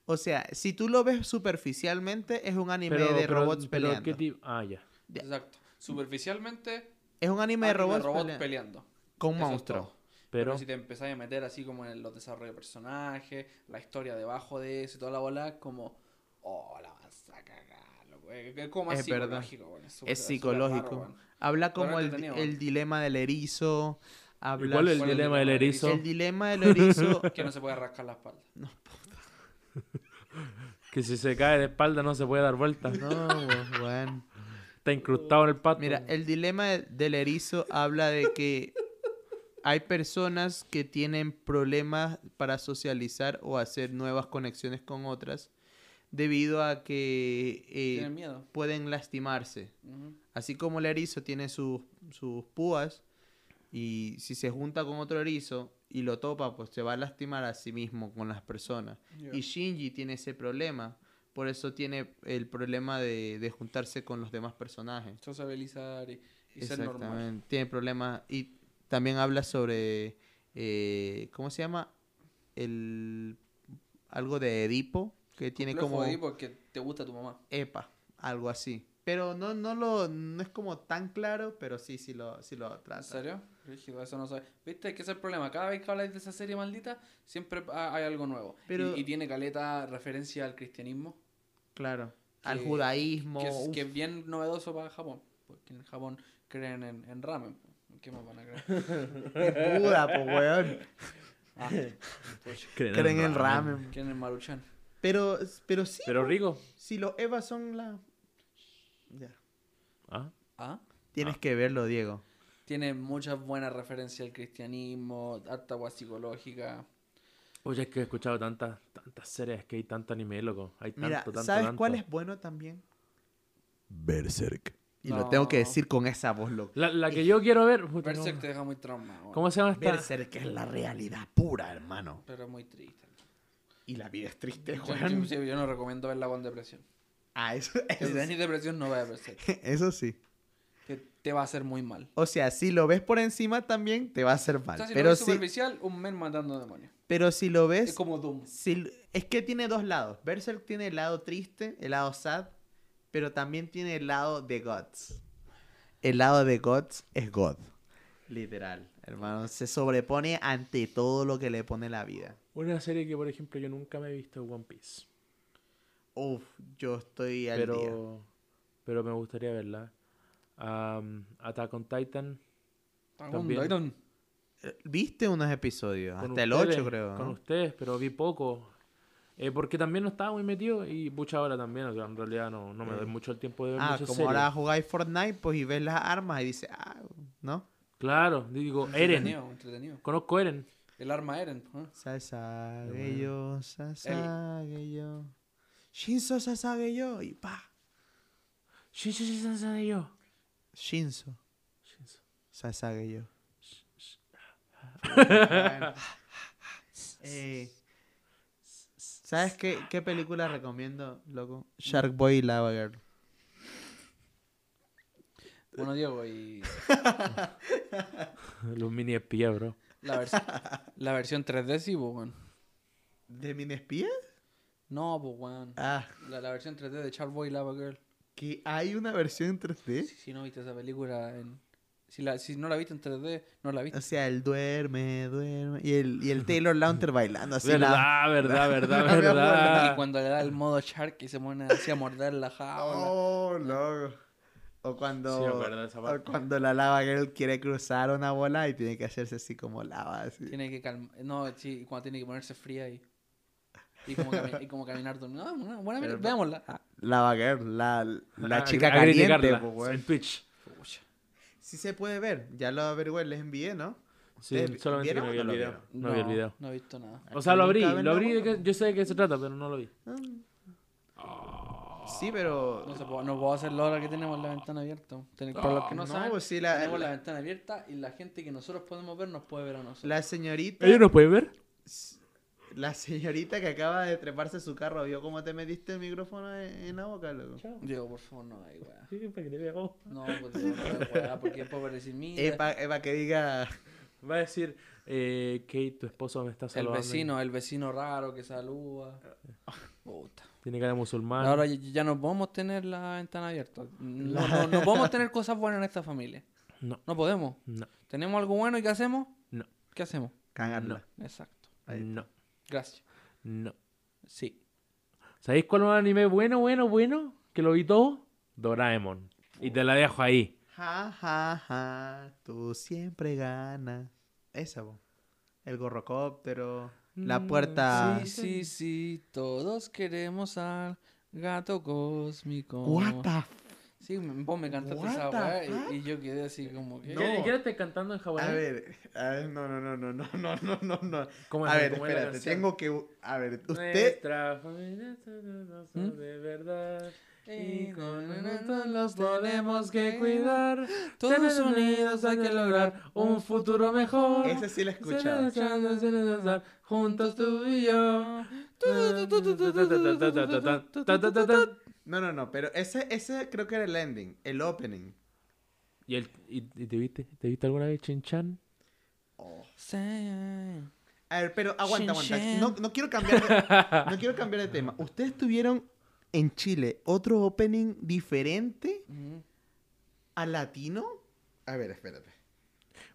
Speaker 1: O sea, si tú lo ves superficialmente, es un anime
Speaker 3: Pero-
Speaker 1: de
Speaker 3: pero-
Speaker 1: robots
Speaker 3: pero
Speaker 1: peleando.
Speaker 3: ¿qué tipo? Ah, ya.
Speaker 1: Ya.
Speaker 2: Exacto. Superficialmente,
Speaker 1: Es un anime de
Speaker 2: anime
Speaker 1: robots
Speaker 2: robot
Speaker 1: pelea-
Speaker 2: peleando.
Speaker 1: con un
Speaker 2: Eso es
Speaker 1: monstruo.
Speaker 2: todo. Pero,
Speaker 3: Pero,
Speaker 2: si te empezás a meter así como en los desarrollos de personajes, la historia debajo de eso y toda la bola, es como, oh, la vas a cagar, loco. Es es como más
Speaker 1: Es verdad.
Speaker 2: psicológico, weón. súper-
Speaker 1: Es
Speaker 2: súper raro,
Speaker 1: psicológico.
Speaker 2: weón.
Speaker 1: Habla como
Speaker 2: Pero
Speaker 1: el,
Speaker 2: entretenido.
Speaker 1: el dilema del erizo. Habla
Speaker 3: ¿cuál es el
Speaker 1: sobre-
Speaker 2: ¿Cuál es
Speaker 3: dilema del erizo?
Speaker 1: El dilema del erizo.
Speaker 2: <laughs> Que no se puede rascar la espalda.
Speaker 3: Que si se cae de espalda no se puede dar vuelta.
Speaker 1: no, pues, bueno.
Speaker 3: Está incrustado en el pato.
Speaker 1: Mira, el dilema de- del erizo habla de que hay personas que tienen problemas para socializar o hacer nuevas conexiones con otras debido a que eh,
Speaker 2: Tienen miedo.
Speaker 1: pueden lastimarse.
Speaker 2: Ujú.
Speaker 1: Así como el erizo tiene sus, sus púas y si se junta con otro erizo y lo topa, pues se va a lastimar a sí mismo con las personas.
Speaker 2: Ya.
Speaker 1: Y Shinji tiene ese problema. Por eso tiene el problema de, de juntarse con los demás personajes.
Speaker 2: Sociabilizar y, y ser normal.
Speaker 1: Tiene problemas. Y también habla sobre. eh, ¿Cómo se llama? El. Algo de Edipo. Que tiene
Speaker 2: Complejo
Speaker 1: como.
Speaker 2: ahí porque te gusta tu mamá.
Speaker 1: Epa. Algo así. Pero no, no lo. No es como tan claro, pero sí, sí lo, sí lo trata.
Speaker 2: ¿En serio? Rígido, eso no sabe. ¿Viste? Que ese es el problema. Cada vez que habláis de esa serie maldita, siempre ha- hay algo nuevo.
Speaker 1: Pero-
Speaker 2: Y, y tiene caleta referencia al cristianismo,
Speaker 1: Claro. Al
Speaker 2: Que-
Speaker 1: judaísmo.
Speaker 2: que es,
Speaker 1: uf, <laughs>
Speaker 2: que es bien novedoso para Japón. Porque en Japón creen en, en ramen. ¿En ¿Qué más van a creer?
Speaker 1: en Buda, po, <laughs> weón.
Speaker 2: Ah, pues,
Speaker 1: Creen en ramen.
Speaker 2: creen en Maruchan.
Speaker 1: Pero, pero sí.
Speaker 3: Pero rico.
Speaker 1: Si los Evas son la. Ya.
Speaker 3: Ah,
Speaker 2: ¿Ah?
Speaker 1: Tienes que verlo, Diego.
Speaker 2: Tiene muchas buenas referencias al cristianismo, harta agua psicológica.
Speaker 3: Oye, es que he escuchado tantas tantas series, que hay tanto anime, loco. Hay tanto,
Speaker 1: Mira,
Speaker 3: tanto,
Speaker 1: ¿sabes
Speaker 3: tanto.
Speaker 1: cuál es bueno también?
Speaker 4: Berserk.
Speaker 1: Y lo tengo que
Speaker 2: No.
Speaker 1: decir con esa voz, loco.
Speaker 3: La, la que yo quiero ver. puta, no.
Speaker 2: Berserk te deja muy traumado.
Speaker 3: ¿Cómo se llama esta?
Speaker 1: Berserk es la realidad pura, hermano.
Speaker 2: Pero es muy triste.
Speaker 1: Y la vida es triste,
Speaker 2: Yo,
Speaker 1: Juan.
Speaker 2: yo- yo no recomiendo verla con depresión.
Speaker 1: Ah, eso,
Speaker 2: Si
Speaker 1: eso,
Speaker 2: tenés depresión, no vayas a Berserk.
Speaker 1: eso sí.
Speaker 2: que te va a hacer muy mal.
Speaker 1: O sea, si lo ves por encima también te va a hacer mal.
Speaker 2: O sea, si
Speaker 1: pero,
Speaker 2: lo ves
Speaker 1: si,
Speaker 2: superficial, un men matando demonios.
Speaker 1: pero si lo
Speaker 2: Es,
Speaker 1: ves...
Speaker 2: como Doom.
Speaker 1: si- es que tiene dos lados. Berserk tiene el lado triste, el lado sad, pero también tiene el lado de Gods. El lado de Gods es God. Literal, hermano. Se sobrepone ante todo lo que le pone la vida.
Speaker 3: Una serie que, por ejemplo, yo nunca me he visto One Piece.
Speaker 1: Uf, yo estoy al día.
Speaker 3: Pero, pero me gustaría verla. Am, Attack on Titan. También.
Speaker 2: Iron.
Speaker 1: Viste unos episodios,
Speaker 3: con
Speaker 1: hasta el
Speaker 3: ustedes,
Speaker 1: 8 creo. ¿no?
Speaker 3: Con ustedes, pero vi poco. Eh, porque también no estaba muy metido y mucha ahora también. O sea, en realidad no, no me doy mucho el tiempo de ver
Speaker 1: Ah,
Speaker 3: muchas
Speaker 1: como
Speaker 3: series.
Speaker 1: ahora jugáis Fortnite, pues y ves las armas y dices, ah, ¿no?
Speaker 3: Claro, digo, Eren.
Speaker 2: Entretenido, entretenido.
Speaker 3: Conozco a Eren.
Speaker 2: El arma Eren. ¿eh?
Speaker 1: Sasage yo, Sasage yo. Shinzo Sasage yo y pa.
Speaker 3: Sí, sí, sí, sí, sí, yo. <laughs>
Speaker 1: Shinzo
Speaker 3: Shinzo.
Speaker 1: Sasage
Speaker 3: <laughs>
Speaker 1: yo. <laughs> Eh, ¿Sabes qué, qué película recomiendo, loco? Shark Boy y Lava Girl.
Speaker 2: Bueno, Diego, y
Speaker 3: Los mini espías, bro.
Speaker 2: la, vers- la versión 3D sí, pues, weón.
Speaker 1: ¿De Mini Espía?
Speaker 2: No, pues, weón.
Speaker 1: Ah,
Speaker 2: La, la versión 3D de Charboy y Lava Girl.
Speaker 1: que hay una versión en 3D.
Speaker 2: Si, si no viste esa película en... Si, la, si no la viste en 3D, no la viste.
Speaker 1: O sea, el duerme, duerme. Y el, y el Taylor Lautner bailando así. la- <laughs>
Speaker 3: verdad, verdad, verdad,
Speaker 1: la- la-
Speaker 3: verdad.
Speaker 2: Y cuando le da el modo Shark y se pone así a morder la jaula.
Speaker 1: <laughs> Oh, loco. O cuando,
Speaker 3: Sí, me acuerdo de esa
Speaker 1: o
Speaker 3: parte.
Speaker 1: cuando la lava girl quiere cruzar una bola y tiene que hacerse así como lava. así.
Speaker 2: Tiene que calmar. No, sí, cuando tiene que ponerse fría y. Y como, cami- y como caminar dormido. Ah, bueno, buena
Speaker 1: Pero
Speaker 2: peli-
Speaker 1: no-
Speaker 2: Veámosla.
Speaker 1: Lava girl, la, la
Speaker 3: Ah,
Speaker 1: chica
Speaker 3: a
Speaker 1: caliente. pues,
Speaker 3: criticarla
Speaker 1: po, weón.
Speaker 3: En Twitch.
Speaker 2: Pucha.
Speaker 1: Sí se puede ver, ya lo averigüé, les envié, ¿no?
Speaker 3: Sí,
Speaker 1: ¿Ustedes
Speaker 3: solamente que
Speaker 1: vieron
Speaker 3: no
Speaker 1: o
Speaker 3: vi el
Speaker 1: lo
Speaker 3: video. No, vi el video.
Speaker 2: No he visto nada.
Speaker 3: O sea, lo
Speaker 1: Aquí
Speaker 3: abrí,
Speaker 1: nunca ven
Speaker 3: lo
Speaker 1: la
Speaker 3: abrí, de
Speaker 1: bola.
Speaker 3: que- yo sé de qué se trata, pero no lo vi.
Speaker 1: Sí, pero.
Speaker 2: No, se puede- no puedo hacerlo ahora que tenemos la ventana abierta. Ten- Para los que no,
Speaker 1: No,
Speaker 2: saben,
Speaker 1: pues sí, la-
Speaker 2: tenemos la
Speaker 1: la-
Speaker 2: ventana abierta y la gente que nosotros podemos ver nos puede ver a nosotros.
Speaker 1: La señorita.
Speaker 3: ¿Ellos nos pueden ver?
Speaker 1: La señorita que acaba de treparse a su carro vio cómo te metiste el micrófono en, en la boca, loco.
Speaker 2: Diego, por favor, no hay weá.
Speaker 3: Sí, para que te vea cómo.
Speaker 2: No, pues Diego, no hay weá, porque después va a decir, mira,
Speaker 1: Es para que diga.
Speaker 3: Va a decir, eh, Kate, tu esposo me está
Speaker 2: el
Speaker 3: saludando.
Speaker 2: vecino, el vecino raro que
Speaker 3: <laughs>
Speaker 2: saluda. Puta.
Speaker 3: Tiene cara de musulmán.
Speaker 2: Ahora ya- ya no podemos tener la ventana abierta. No, no, no podemos tener cosas buenas en esta familia.
Speaker 3: No,
Speaker 2: No podemos.
Speaker 3: no,
Speaker 2: ¿Tenemos algo bueno y qué hacemos?
Speaker 3: no,
Speaker 2: ¿Qué hacemos?
Speaker 1: Cagarla.
Speaker 2: Exacto.
Speaker 1: Ahí está.
Speaker 3: no,
Speaker 2: Gracias.
Speaker 3: no.
Speaker 2: Sí.
Speaker 3: ¿Sabéis cuál es un anime bueno, bueno, bueno? Que lo vi todo. Doraemon. Y te la dejo ahí.
Speaker 1: Ja, ja, ja. Tú siempre ganas. Esa, po. El gorrocóptero. La
Speaker 3: Mm,
Speaker 1: puerta.
Speaker 2: Sí, sí, sí, todos queremos al gato cósmico.
Speaker 1: What the f-
Speaker 2: Sí, me- vos me cantaste
Speaker 1: What
Speaker 2: esa
Speaker 1: the
Speaker 2: weá
Speaker 1: fuck?
Speaker 2: y, y yo quedé así como que...
Speaker 1: No.
Speaker 3: ¿Qué, qué estás cantando en japonés?
Speaker 1: A ver, a ver, no, no, no, no, no, no, no, no, no.
Speaker 3: ¿Cómo es-
Speaker 1: a ver,
Speaker 3: cómo es la
Speaker 1: espérate,
Speaker 3: canción?
Speaker 1: tengo que. bu- A ver, usted.
Speaker 3: Nuestra familia es hermosa
Speaker 2: ¿Mm?
Speaker 3: de verdad. Y
Speaker 2: Y
Speaker 3: con
Speaker 2: con
Speaker 3: nosotros
Speaker 2: nosotros
Speaker 3: los tenemos que cuidar.
Speaker 2: Todos unidos hay que lograr un futuro mejor.
Speaker 1: Ese sí la he escuchado.
Speaker 3: Juntos tú y yo.
Speaker 1: No, no, no, pero ese, ese creo que era el ending, el opening.
Speaker 3: ¿Y, el, y, y te, viste, te viste alguna vez Chin-Chan?
Speaker 2: Sí.
Speaker 1: A ver, pero aguanta,
Speaker 2: Shin
Speaker 1: aguanta.
Speaker 2: Shin.
Speaker 1: No, no quiero cambiar de, no quiero cambiar de
Speaker 3: <laughs>
Speaker 1: tema. Ustedes tuvieron en Chile otro opening diferente
Speaker 2: Mm.
Speaker 1: a latino. A ver, espérate.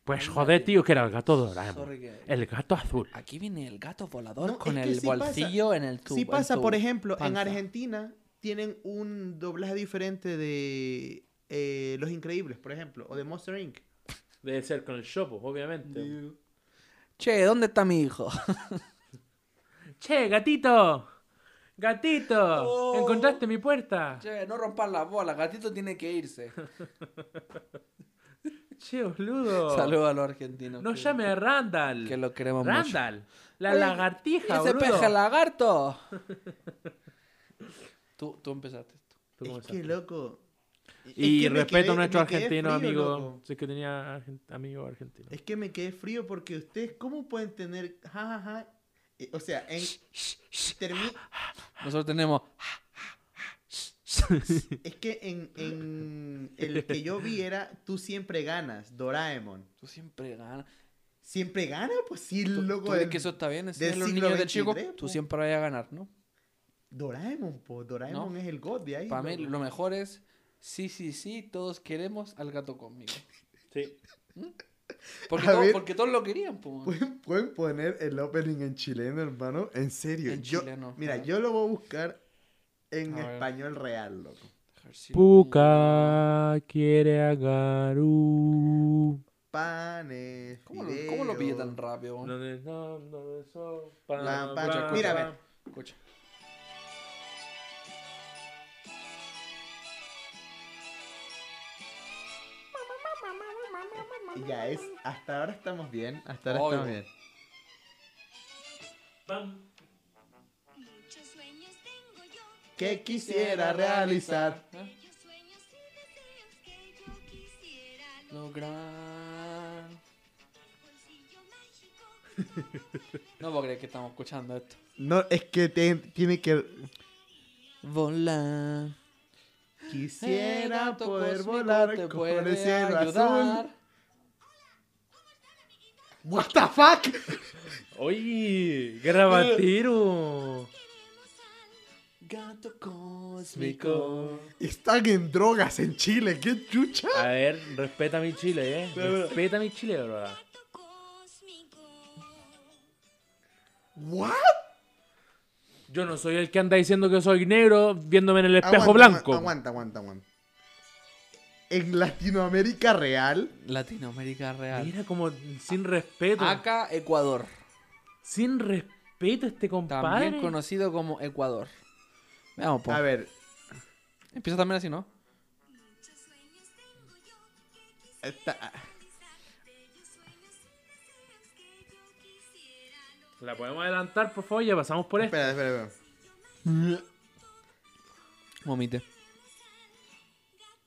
Speaker 3: Pues joder, tío, que era el gato
Speaker 2: Sorry
Speaker 3: Doraemon.
Speaker 2: que-
Speaker 3: El gato azul.
Speaker 2: Aquí viene el gato volador
Speaker 1: No,
Speaker 2: con
Speaker 1: es que
Speaker 2: el
Speaker 1: sí pasa.
Speaker 2: bolsillo en el tubo.
Speaker 1: sí
Speaker 2: en
Speaker 1: pasa,
Speaker 2: tu
Speaker 1: por ejemplo, en
Speaker 2: panza.
Speaker 1: Argentina tienen un doblaje diferente de eh, Los Increíbles, por ejemplo, o de Monster Inc.
Speaker 3: Debe ser con el Shopo, obviamente.
Speaker 2: Che, ¿dónde está mi hijo? <laughs>
Speaker 3: Che, gatito. Gatito.
Speaker 1: Oh.
Speaker 3: Encontraste mi puerta.
Speaker 2: Che, no rompas las bolas, gatito tiene que <laughs> irse.
Speaker 3: Che, boludo.
Speaker 2: Saludos a los argentinos.
Speaker 3: No
Speaker 2: que-
Speaker 3: llame a Randall.
Speaker 2: Que lo queremos mucho. <laughs>
Speaker 3: Randall. La
Speaker 2: Oye,
Speaker 3: lagartija,
Speaker 2: ¡Ese
Speaker 3: boludo.
Speaker 2: peje lagarto! <laughs> tú, tú empezaste esto.
Speaker 3: Tú cómo
Speaker 1: Es que
Speaker 3: sabes.
Speaker 1: loco. es
Speaker 3: Y
Speaker 1: que me
Speaker 3: respeto
Speaker 1: quedé-
Speaker 3: a nuestro
Speaker 1: me quedé
Speaker 3: argentino
Speaker 1: frío,
Speaker 3: amigo.
Speaker 1: loco.
Speaker 3: Si es que tenía argen- amigo argentino.
Speaker 1: Es que me quedé frío porque ustedes, ¿cómo pueden tener jajaja? Eh, O sea, en. termi-
Speaker 2: Nosotros tenemos.
Speaker 1: es que en, en el que yo vi era Tú siempre ganas, Doraemon.
Speaker 2: Tú siempre ganas.
Speaker 1: ¿Siempre gana? Pues sí,
Speaker 2: Tú, tú
Speaker 1: loco.
Speaker 2: ves
Speaker 1: el-
Speaker 2: que eso está
Speaker 1: del
Speaker 2: bien. enseñarle a los
Speaker 1: siglo
Speaker 2: niños de chico.
Speaker 1: 23,
Speaker 2: Tú
Speaker 1: po.
Speaker 2: siempre vas a ganar, ¿no?
Speaker 1: Doraemon, po. Doraemon
Speaker 2: No.
Speaker 1: es el god de ahí.
Speaker 2: Para mí,
Speaker 1: loco.
Speaker 2: lo mejor es. Sí, sí, sí, todos queremos al gato
Speaker 1: <laughs>
Speaker 2: cósmico.
Speaker 3: Sí.
Speaker 2: Porque,
Speaker 1: A
Speaker 2: todos-
Speaker 1: ver.
Speaker 2: porque todos lo querían, po.
Speaker 1: <laughs> ¿Pueden, pueden poner el opening en chileno, hermano. En serio.
Speaker 2: En
Speaker 1: yo,
Speaker 2: chileno,
Speaker 1: Mira,
Speaker 2: ajá.
Speaker 1: yo lo voy a buscar en
Speaker 2: A ver.
Speaker 1: español real, loco.
Speaker 2: Dejar si-
Speaker 3: Puka quiere a Garú.
Speaker 1: Panes.
Speaker 2: ¿Cómo lo, ¿Cómo lo pillé
Speaker 1: fideos.
Speaker 2: tan rápido?
Speaker 3: Donde son, donde son, pa,
Speaker 1: La-
Speaker 3: pa,
Speaker 1: pa-
Speaker 3: pa.
Speaker 1: mira, a ver.
Speaker 2: Escucha.
Speaker 1: Ya es. Hasta ahora estamos bien. Hasta ahora
Speaker 2: Obvio.
Speaker 1: estamos bien.
Speaker 3: Pam.
Speaker 5: Muchos sueños tengo yo,
Speaker 1: ¿Qué quisiera realizar?
Speaker 2: ¿Eh?
Speaker 5: bellos sueños y deseos que yo quisiera. Lo
Speaker 2: Lograr.
Speaker 5: bolsillo mágico que todo puede
Speaker 2: No puedo creer que estamos escuchando esto.
Speaker 1: No, es que te- tiene que.
Speaker 2: Volar.
Speaker 1: Quisiera poder volar con el cielo azul. ¿What the fuck? <laughs>
Speaker 3: Oye, grabatero.
Speaker 2: Gato cósmico.
Speaker 1: Están en drogas en Chile. ¿Qué chucha?
Speaker 3: A ver, respeta mi chile, eh. Respeta mi chile, bro.
Speaker 5: cósmico.
Speaker 1: ¿What?
Speaker 3: Yo no soy el que anda diciendo que soy negro viéndome en el espejo
Speaker 1: Aguanta,
Speaker 3: blanco.
Speaker 1: Aguanta, aguanta, aguanta. En Latinoamérica real.
Speaker 2: Latinoamérica real.
Speaker 3: Mira como sin respeto.
Speaker 2: Acá, Ecuador.
Speaker 3: Sin respeto este compadre.
Speaker 2: También conocido como Ecuador. Veamos, po.
Speaker 1: A ver,
Speaker 2: Empieza también así, ¿no?
Speaker 5: Muchos sueños tengo yo, que quisiera
Speaker 1: está- ah,
Speaker 5: realizar. Bellos sueños y deseos
Speaker 3: ¿La podemos adelantar, por favor? Ya pasamos por esto.
Speaker 1: Espera, espera, espera.
Speaker 2: Vomite.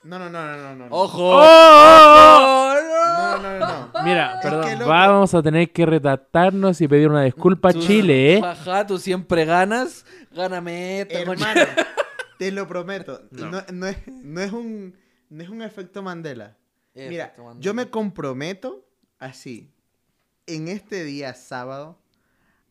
Speaker 1: No, no, no, no, no, no. no.
Speaker 2: ¡Ojo!
Speaker 3: Oh,
Speaker 1: No, no, no,
Speaker 3: <laughs>
Speaker 1: no.
Speaker 3: Mira,
Speaker 1: Es
Speaker 3: perdón,
Speaker 1: que loco.
Speaker 3: vamos a tener que retratarnos y pedir una disculpa a
Speaker 2: Tú-
Speaker 3: Chile, ¿eh?
Speaker 2: Ajá, tú siempre ganas. Gáname esta,
Speaker 1: Hermano,
Speaker 2: concha.
Speaker 1: te lo prometo.
Speaker 3: No.
Speaker 1: No. no es, no es un, no es un efecto Mandela. Mira,
Speaker 2: Efecto Mandela.
Speaker 1: yo me comprometo así, en este día sábado,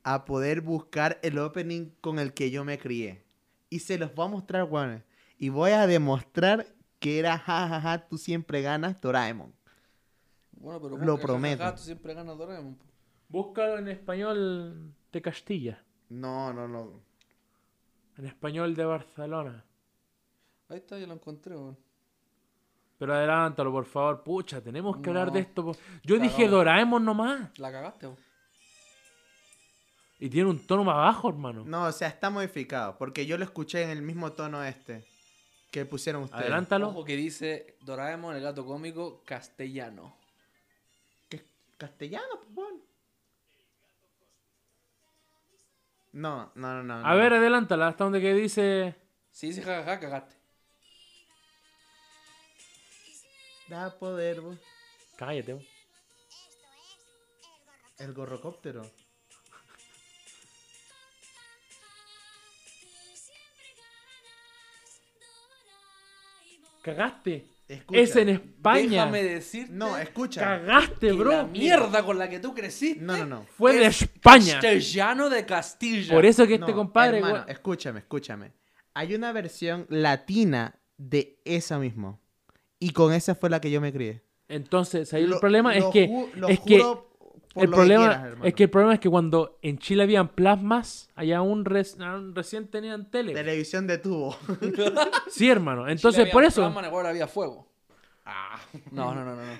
Speaker 1: a poder buscar el opening con el que yo me crié. Y se los voy a mostrar, weón. Y voy a demostrar que era jajaja, tú siempre ganas, Doraemon.
Speaker 2: Bueno, pero
Speaker 1: lo
Speaker 2: busca, jajaja,
Speaker 1: prometo.
Speaker 2: tú siempre ganas Doraemon. po.
Speaker 3: Búscalo en español de Castilla,
Speaker 1: No, no, no.
Speaker 3: en español de Barcelona.
Speaker 2: Ahí está, yo lo encontré, weón.
Speaker 3: Pero adelántalo, por favor. Pucha, tenemos que hablar
Speaker 2: No.
Speaker 3: de esto. po- Yo
Speaker 2: Cagao.
Speaker 3: dije Doraemon nomás.
Speaker 2: La cagaste, weón.
Speaker 3: Y tiene un tono más bajo, hermano.
Speaker 1: No, o sea, está modificado. Porque yo lo escuché en el mismo tono este que pusieron ustedes.
Speaker 3: Adelántalo.
Speaker 2: Ojo que dice Doraemon, el gato cómico, castellano.
Speaker 1: ¿Qué? ¿Castellano, pues, bueno. No, no, no, no.
Speaker 3: A
Speaker 1: no.
Speaker 3: ver, adelántala hasta donde que dice.
Speaker 2: Si dice jajaja, cagaste.
Speaker 1: Da poder, bu-
Speaker 3: Cállate. po.
Speaker 1: El gorrocóptero.
Speaker 3: Cagaste.
Speaker 1: Escucha.
Speaker 3: Es en España.
Speaker 2: Déjame decirte
Speaker 1: No, escucha.
Speaker 3: Cagaste,
Speaker 2: que
Speaker 3: bro.
Speaker 2: la mierda con la que tú creciste
Speaker 1: No, no, no.
Speaker 3: Fue de
Speaker 2: es
Speaker 3: España.
Speaker 2: castellano de Castilla. <laughs>
Speaker 3: Por eso que este
Speaker 1: No,
Speaker 3: compadre.
Speaker 1: hermano,
Speaker 3: weón-
Speaker 1: escúchame, escúchame. Hay una versión latina de esa mismo. Y con esa fue la que yo me crié.
Speaker 3: Entonces, ahí
Speaker 1: Lo-
Speaker 3: el problema es
Speaker 1: lo
Speaker 3: que.
Speaker 1: ju- lo
Speaker 3: es que
Speaker 1: juro por
Speaker 3: el
Speaker 1: lo
Speaker 3: problema
Speaker 1: quieras, hermano.
Speaker 3: es que el problema es que cuando en Chile habían plasmas, allá aún, res- aún recién tenían tele.
Speaker 1: Televisión de
Speaker 3: <laughs>
Speaker 1: tubo.
Speaker 3: Sí, hermano.
Speaker 2: Chile
Speaker 3: Entonces,
Speaker 2: había
Speaker 3: por eso.
Speaker 2: Plasma, en Ecuador había fuego. No, no, no, no. No,
Speaker 1: Ah,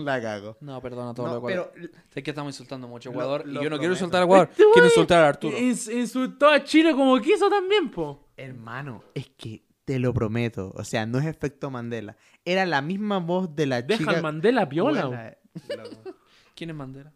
Speaker 1: la cago.
Speaker 2: no perdón a todos
Speaker 1: No,
Speaker 2: los
Speaker 1: pero
Speaker 2: ecuatorianos. Sé que estamos insultando mucho a
Speaker 1: Lo-
Speaker 2: Ecuador y
Speaker 1: lo
Speaker 2: yo no
Speaker 1: prometo.
Speaker 2: quiero insultar a
Speaker 3: <laughs>
Speaker 2: Ecuador. Quiero insultar a Arturo.
Speaker 3: Ins- insultó a Chile como quiso también, po.
Speaker 1: Hermano, es que te lo prometo. O sea, no es efecto Mandela. Era la misma voz de la
Speaker 3: Deja
Speaker 1: chica.
Speaker 3: al Mandela piola.
Speaker 1: Buena, eh, loco.
Speaker 2: ¿Quién es Mandela?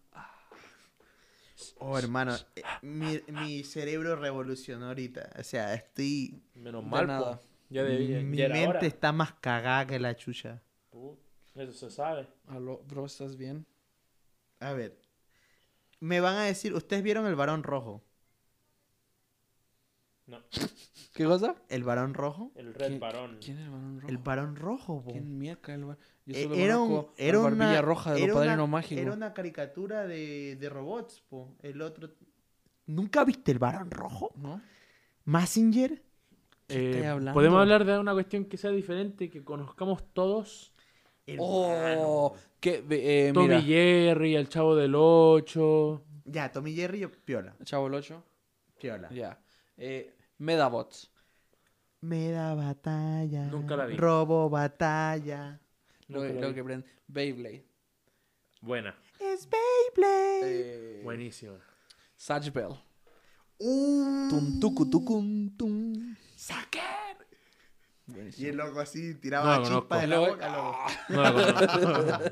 Speaker 1: Oh, hermano, eh, mi, mi cerebro revolucionó ahorita. O sea, estoy.
Speaker 3: Menos
Speaker 2: De
Speaker 3: mal,
Speaker 2: nada.
Speaker 3: po. Ya debía.
Speaker 1: mi
Speaker 3: ya era
Speaker 1: mente
Speaker 3: hora.
Speaker 1: está más cagada que la chucha.
Speaker 3: Pu- Eso se sabe.
Speaker 2: Aló, bro, ¿estás bien?
Speaker 1: A ver. Me van a decir, ¿ustedes vieron el varón rojo?
Speaker 3: No,
Speaker 2: ¿Qué cosa?
Speaker 1: ¿El varón rojo?
Speaker 3: el
Speaker 2: ¿Quién-
Speaker 3: red varón.
Speaker 2: ¿Quién es el varón rojo?
Speaker 1: El varón rojo, bo.
Speaker 2: ¿Quién mierda el varón? Yo
Speaker 1: Eh,
Speaker 2: solo
Speaker 1: era un-
Speaker 2: conozco
Speaker 1: era
Speaker 2: la barbilla
Speaker 1: una-
Speaker 2: roja de
Speaker 1: era
Speaker 2: los
Speaker 1: una-
Speaker 2: padrinos mágicos.
Speaker 1: Era una caricatura de, de robots, po. El otro. ¿Nunca viste el varón rojo?
Speaker 2: ¿No?
Speaker 1: ¿Massinger?
Speaker 2: ¿Qué
Speaker 3: Eh,
Speaker 2: estáis hablando?
Speaker 3: Podemos hablar de una cuestión que sea diferente, que conozcamos todos.
Speaker 1: El
Speaker 2: Oh,
Speaker 1: varón.
Speaker 2: que ve- eh,
Speaker 3: Tommy
Speaker 2: mira.
Speaker 3: Jerry, el Chavo del Ocho.
Speaker 1: Ya, Tommy Jerry, yo- piola.
Speaker 2: Chavo el 8.
Speaker 1: Piola.
Speaker 2: Ya. Eh, Medabots.
Speaker 1: Me da batalla.
Speaker 3: Nunca la vi.
Speaker 1: Robo batalla.
Speaker 2: Lo,
Speaker 3: Nunca
Speaker 2: que-
Speaker 3: lo
Speaker 2: lo
Speaker 3: vi.
Speaker 2: que prende. Beyblade.
Speaker 3: Buena,
Speaker 1: Es Beyblade.
Speaker 2: Eh,
Speaker 3: buenísima.
Speaker 2: Satch Bell.
Speaker 1: Uh,
Speaker 2: Tum, tucu, tucum, tum.
Speaker 1: ¡Saker! Y
Speaker 2: Buenísimo.
Speaker 1: el loco así tiraba
Speaker 3: No
Speaker 1: la
Speaker 3: la
Speaker 1: chispa de la
Speaker 2: conozco.
Speaker 1: boca, loco.
Speaker 2: Ah.
Speaker 3: No la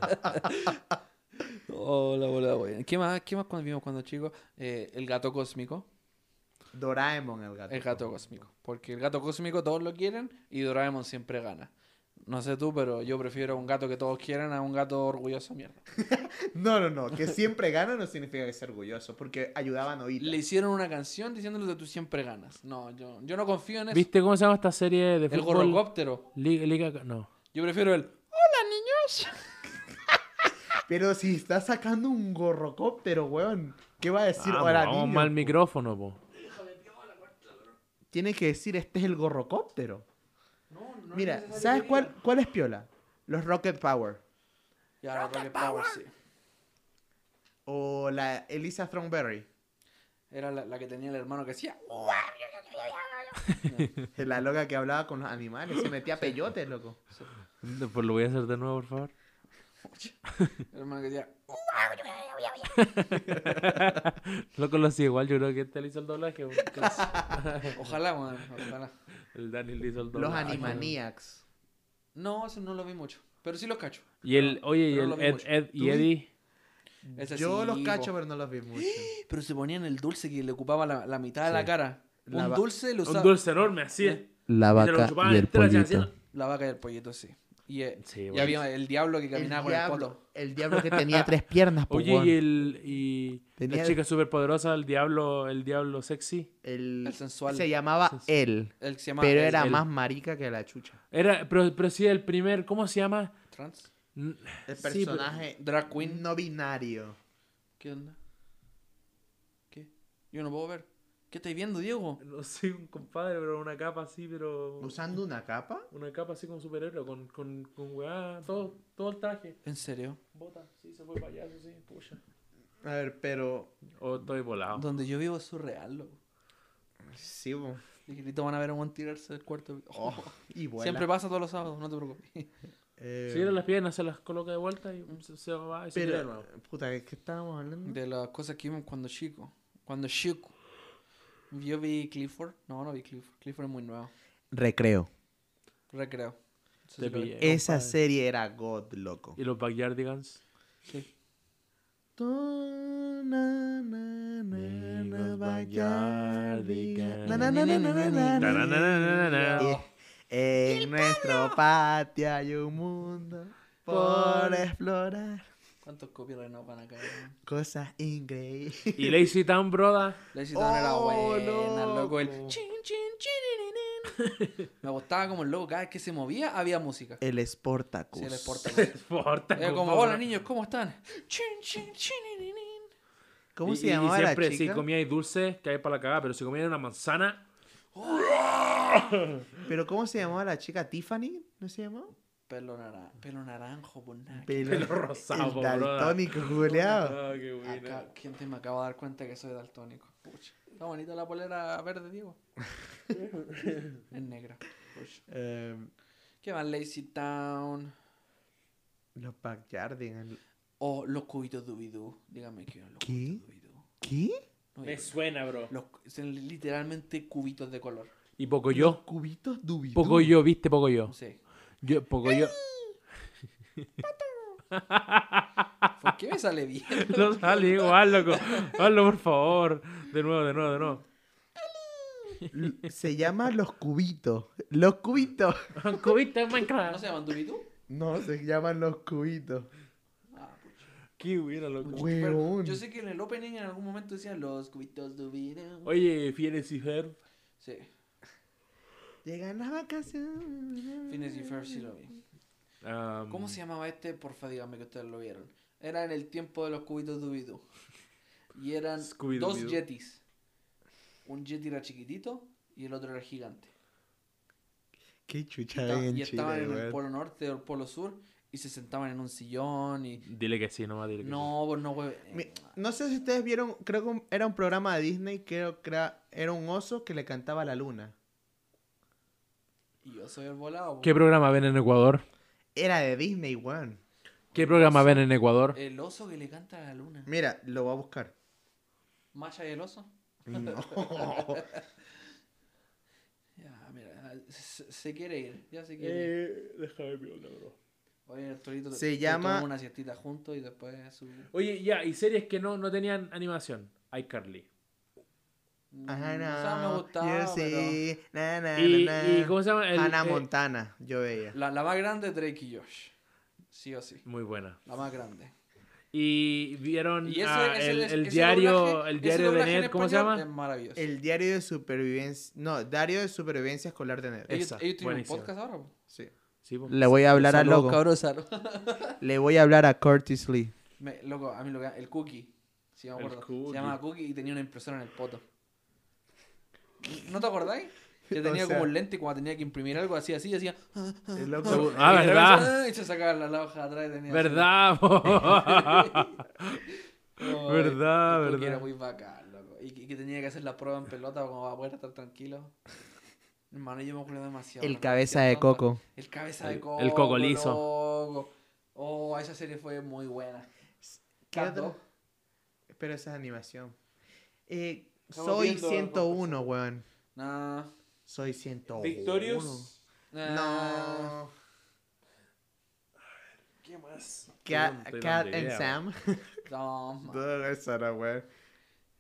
Speaker 2: <laughs>
Speaker 3: conozco.
Speaker 2: Oh, la bola, güey. ¿Qué más, ¿Qué más cuando vimos cuando chicos? Eh, el gato cósmico.
Speaker 1: Doraemon el gato.
Speaker 2: El gato cósmico. Porque el gato cósmico todos lo quieren y Doraemon siempre gana. No sé tú, pero yo prefiero un gato que todos quieran a un gato orgulloso mierda.
Speaker 1: No, no, no. Que siempre gana no significa que sea orgulloso. Porque ayudaban a
Speaker 2: Le
Speaker 1: oír.
Speaker 2: hicieron una canción diciéndole que tú siempre ganas. No, yo, yo no confío en eso.
Speaker 3: ¿Viste cómo se llama esta serie de
Speaker 2: El
Speaker 3: fútbol?
Speaker 2: gorrocóptero.
Speaker 3: Liga, Liga- no.
Speaker 2: Yo prefiero el...
Speaker 1: Pero si está sacando un gorrocóptero, weón. ¿Qué va a decir
Speaker 3: Vamos,
Speaker 1: ahora
Speaker 3: Ah, vamos
Speaker 1: niño,
Speaker 3: mal
Speaker 1: po?
Speaker 3: micrófono, po.
Speaker 1: Tiene que decir, este es el gorrocóptero.
Speaker 2: No, no es
Speaker 1: Mira,
Speaker 2: necesario
Speaker 1: ¿sabes
Speaker 2: que
Speaker 1: cuál,
Speaker 2: diga.
Speaker 1: cuál es piola? Los Rocket Power.
Speaker 2: Ya, la Rocket Power, sí.
Speaker 1: O la Elisa Thronberry.
Speaker 2: Era la, la que tenía el hermano que decía...
Speaker 1: La loca que hablaba con los animales. Se metía peyotes, loco.
Speaker 3: Pues lo voy a hacer de nuevo, por favor.
Speaker 2: El hermano que decía...
Speaker 3: Loco lo hacía igual, yo creo que este le hizo el doblaje. po.
Speaker 1: <laughs>
Speaker 2: Ojalá, weón, ojalá.
Speaker 3: El Daniel le hizo el
Speaker 1: Los
Speaker 3: doblaje.
Speaker 1: Animaniacs.
Speaker 2: No, eso no lo vi mucho. Pero sí los cacho.
Speaker 3: Y el, oye, y
Speaker 2: Pero
Speaker 3: el
Speaker 2: lo vi
Speaker 3: Ed,
Speaker 2: mucho.
Speaker 3: Ed
Speaker 1: ¿Tú
Speaker 3: y
Speaker 1: vi?
Speaker 3: Eddie.
Speaker 2: Ese
Speaker 1: Yo
Speaker 2: sí,
Speaker 1: los
Speaker 2: po.
Speaker 1: cacho, pero no los vi
Speaker 3: <gasps>
Speaker 1: mucho.
Speaker 2: Pero se ponían el dulce que le ocupaba la, la mitad de la cara.
Speaker 1: La
Speaker 2: un
Speaker 1: va-
Speaker 2: dulce lo usaba.
Speaker 3: Un dulce enorme, así es.
Speaker 4: La
Speaker 3: Y te lo chupaban entero, así, haciendo-
Speaker 2: La vaca y el pollito, sí. Y, eh,
Speaker 3: Sí,
Speaker 2: y
Speaker 3: bueno.
Speaker 2: había el diablo que
Speaker 1: El
Speaker 2: caminaba con el
Speaker 1: diablo,
Speaker 2: poto.
Speaker 1: el diablo que tenía tres piernas, po,
Speaker 3: Oye,
Speaker 1: weón.
Speaker 3: y el. Y
Speaker 1: Tenía-
Speaker 3: La chica superpoderosa, el diablo, el diablo sexy.
Speaker 1: El-
Speaker 2: El sensual.
Speaker 1: Se llamaba él,
Speaker 2: El que se llama
Speaker 1: pero
Speaker 2: el-
Speaker 1: era
Speaker 3: él.
Speaker 1: más marica que la chucha.
Speaker 3: Era, pero, pero sí, el primer. ¿Cómo se llama?
Speaker 2: Trans.
Speaker 3: N-
Speaker 1: El
Speaker 3: Sí, pero-
Speaker 1: personaje
Speaker 2: Drag Queen.
Speaker 1: no binario.
Speaker 2: ¿Qué onda? ¿Qué? Yo no puedo ver. ¿Qué estáis viendo, Diego?
Speaker 3: No sé, un compadre, pero una capa así, pero.
Speaker 1: ¿Usando una capa?
Speaker 3: Una capa así como superhéroe, con, con, con weá, todo, todo el traje.
Speaker 2: ¿En serio?
Speaker 3: Bota, sí, se fue payaso, sí, pucha.
Speaker 1: A ver, pero...
Speaker 3: O Oh, estoy volado.
Speaker 2: Donde yo vivo es surreal, loco.
Speaker 1: Sí, po.
Speaker 2: Y grito van a ver a un tirarse del cuarto. Oh, <laughs>
Speaker 1: y vuela.
Speaker 2: siempre pasa todos los sábados, no te preocupes.
Speaker 1: Eh,
Speaker 3: Si era las piernas, se las coloca de vuelta y se, se va y se tira de
Speaker 1: Pero,
Speaker 3: nuevo.
Speaker 1: puta, ¿de qué estábamos hablando?
Speaker 2: De las cosas que vimos cuando chico. Cuando chico. Yo vi Clifford. No, no vi Clifford. Clifford es muy nuevo.
Speaker 1: Recreo.
Speaker 2: Recreo. Eso
Speaker 3: Te
Speaker 2: sí lo vi.
Speaker 3: pillé,
Speaker 1: Esa
Speaker 3: compadre.
Speaker 1: serie era God, loco.
Speaker 3: Y los Backyardigans.
Speaker 2: Sí.
Speaker 1: Amigos
Speaker 3: Backyardigans.
Speaker 1: Na, na, na, na, na, na, na, na.
Speaker 3: Tararararara.
Speaker 1: En nuestro patio hay un mundo por
Speaker 3: Por-
Speaker 1: explorar.
Speaker 2: ¿Cuántos copyright nos van a caer? man?
Speaker 1: Cosas increíbles.
Speaker 3: Y Lazy Town, broda.
Speaker 2: La hicieron era
Speaker 1: Oh,
Speaker 2: buena, loco. El
Speaker 1: loco.
Speaker 2: chin, chin, chiririrín. Me gustaba como el loco, cada vez que se movía había música.
Speaker 1: El Sportacus.
Speaker 2: Sí, el Sportacus. <laughs>
Speaker 3: Porta,
Speaker 2: Era como,
Speaker 3: compadre.
Speaker 2: hola niños, ¿cómo están? Chin, chin, chiririrín.
Speaker 1: ¿Cómo
Speaker 3: Y-
Speaker 1: se
Speaker 3: y- y
Speaker 1: llamaba la
Speaker 3: siempre,
Speaker 1: chica?
Speaker 3: Si comíais dulce, caía para la cagada, pero si comíais una manzana,
Speaker 1: ¿Pero cómo se llamaba la chica? ¿Tiffany? ¿No se llamaba?
Speaker 2: Pelo, nara- pelo naranjo, por nada.
Speaker 1: Pelo,
Speaker 3: Pelo rosado,
Speaker 1: El
Speaker 3: broda.
Speaker 1: daltónico, Juliado.
Speaker 3: Ah, qué buena.
Speaker 2: Acá, gente me acabo de dar cuenta que soy daltónico. Pucha. Está bonita la polera verde, <laughs> Diego. es negra. Pucha.
Speaker 1: Em,
Speaker 2: ¿Qué más? Lazy Town.
Speaker 1: los Backyardigans.
Speaker 2: O Oh, los cubitos dubidú. Dígame qué eran los
Speaker 1: ¿Qué?
Speaker 2: cubitos dubidú.
Speaker 1: ¿Qué?
Speaker 2: No,
Speaker 3: Me
Speaker 2: yo-
Speaker 3: suena, bro.
Speaker 2: los, son literalmente cubitos de color.
Speaker 3: Y poco yo.
Speaker 1: Cubitos dubidú.
Speaker 3: Poco yo, viste, poco yo.
Speaker 2: Sí.
Speaker 3: Yo, poco yo.
Speaker 2: ¿Por qué me sale bien? <laughs>
Speaker 3: No sale igual, loco. Hazlo, por favor. De nuevo, de nuevo, de nuevo.
Speaker 1: L- Se llama Los Cubitos. Los Cubitos.
Speaker 3: Cubito en
Speaker 2: ¿No
Speaker 3: Minecraft.
Speaker 2: se llaman dubidú?
Speaker 1: No, se llaman Los Cubitos.
Speaker 2: Ah, pucha.
Speaker 3: Qué buena, loco.
Speaker 2: Pero
Speaker 1: Weón.
Speaker 2: yo sé que en el opening en algún momento decían los cubitos dubidú.
Speaker 3: Oye, Fieres y Ferb.
Speaker 2: Sí.
Speaker 1: Llegan las vacaciones.
Speaker 2: Phineas y Ferb sí lo vi.
Speaker 3: Um,
Speaker 2: ¿Cómo se llamaba este? Porfa, dígame que ustedes lo vieron. Era en el tiempo de los cubitos Dubidú. Y eran dos
Speaker 3: Scooby-Dooby-Doo.
Speaker 2: yetis. Un yeti era chiquitito y el otro era gigante.
Speaker 1: Qué
Speaker 2: Y,
Speaker 1: chucha
Speaker 2: esta-
Speaker 1: hay en
Speaker 2: y estaban
Speaker 1: Chile,
Speaker 2: en el
Speaker 1: weón.
Speaker 2: polo norte o el polo sur y se sentaban en un sillón y...
Speaker 3: Dile que sí, nomás dile que sí.
Speaker 2: No, pues no, güey.
Speaker 1: Mi- No sé si ustedes vieron, creo que un- era un programa de Disney, creo que era, era un oso que le cantaba a la luna.
Speaker 2: Y yo soy el volado.
Speaker 3: ¿Qué
Speaker 2: güey.
Speaker 3: programa ven en Ecuador?
Speaker 1: Era de Disney, weón.
Speaker 3: ¿Qué programa ven en Ecuador?
Speaker 2: El oso que le canta a la luna.
Speaker 1: Mira, lo voy a
Speaker 2: <laughs>
Speaker 1: buscar.
Speaker 2: Masha y el oso.
Speaker 1: No.
Speaker 2: Ya, mira. Se, se quiere ir. Ya se quiere ir.
Speaker 3: Eh, déjame piola, bro.
Speaker 2: Oye, Arturito,
Speaker 1: se
Speaker 2: después
Speaker 1: llama-
Speaker 2: tomamos una siestita juntos y después su...
Speaker 3: Oye, ya, y series que no, no tenían animación. iCarly. Ah,
Speaker 1: Ajá,
Speaker 2: no. Mm, O sea, me
Speaker 1: no,
Speaker 2: gustaba,
Speaker 1: yo sí, na, na,
Speaker 3: Y,
Speaker 1: na,
Speaker 3: y
Speaker 1: na.
Speaker 3: ¿cómo se llama? El-
Speaker 1: Hannah
Speaker 3: eh,
Speaker 1: Montana, yo veía.
Speaker 2: pero... La, la más grande, Drake y Josh. Sí o sí.
Speaker 3: Muy buena.
Speaker 2: La más grande.
Speaker 3: Y vieron
Speaker 2: Y ese-
Speaker 3: ah,
Speaker 2: ese
Speaker 3: el,
Speaker 2: des-
Speaker 3: el
Speaker 2: ese
Speaker 3: diario,
Speaker 2: doblaje-
Speaker 3: el
Speaker 2: ese
Speaker 3: diario de
Speaker 2: doblaje en
Speaker 3: Ned, ¿cómo se
Speaker 2: español
Speaker 3: llama?
Speaker 2: Es maravilloso.
Speaker 1: El diario de supervivencia, no, diario de supervivencia escolar de Ned.
Speaker 2: Ellos,
Speaker 3: Esa,
Speaker 2: ellos tienen
Speaker 3: buenísima.
Speaker 2: un podcast ahora. po.
Speaker 1: Sí.
Speaker 3: Sí, po.
Speaker 1: Le voy a hablar a
Speaker 2: Saludos,
Speaker 1: Logo,
Speaker 2: cabros, saludos.
Speaker 1: le voy a hablar a Curtis Lee.
Speaker 2: Me- loco, a mí lo que el cookie. Sí, me
Speaker 3: El
Speaker 2: acuerdo.
Speaker 3: Cookie.
Speaker 2: Se llamaba Cookie y tenía una impresora en el poto. ¿No te acordáis? Que
Speaker 3: <laughs>
Speaker 1: O
Speaker 2: tenía
Speaker 1: sea-
Speaker 2: como un lente y cuando tenía que imprimir algo así, así, hacía.
Speaker 1: El
Speaker 3: loco-
Speaker 2: Y
Speaker 3: <laughs> Ah,
Speaker 2: de repente,
Speaker 3: ¿verdad?
Speaker 2: Y se sacaba la, la hoja de atrás y tenía. así.
Speaker 3: <laughs> ¿Verdad? po?
Speaker 2: <laughs>
Speaker 3: <laughs>
Speaker 2: No,
Speaker 3: Verdad,
Speaker 2: el Cookie
Speaker 3: verdad.
Speaker 2: Era muy bacán, loco. Y, que- y que tenía que hacer la prueba en pelota como para poder estar tranquilo. Hermano, yo me acuerdo demasiado.
Speaker 1: El
Speaker 2: loco,
Speaker 1: cabeza
Speaker 2: demasiado
Speaker 1: de
Speaker 2: tonto.
Speaker 1: coco.
Speaker 2: El cabeza de
Speaker 3: El-
Speaker 2: coco.
Speaker 3: el coco liso.
Speaker 2: loco. Oh, esa serie fue muy buena.
Speaker 1: ¿Qué
Speaker 2: Cat
Speaker 1: otro?
Speaker 2: Dog.
Speaker 1: Pero esa es animación. Eh,
Speaker 2: Estamos
Speaker 1: soy
Speaker 2: viendo
Speaker 1: 101, weón.
Speaker 2: No.
Speaker 1: Soy 101.
Speaker 3: Victorious.
Speaker 2: No.
Speaker 1: No.
Speaker 3: ¿Qué más?
Speaker 1: Cat, Cat and Sam.
Speaker 2: Toma.
Speaker 1: Todo eso era, weón.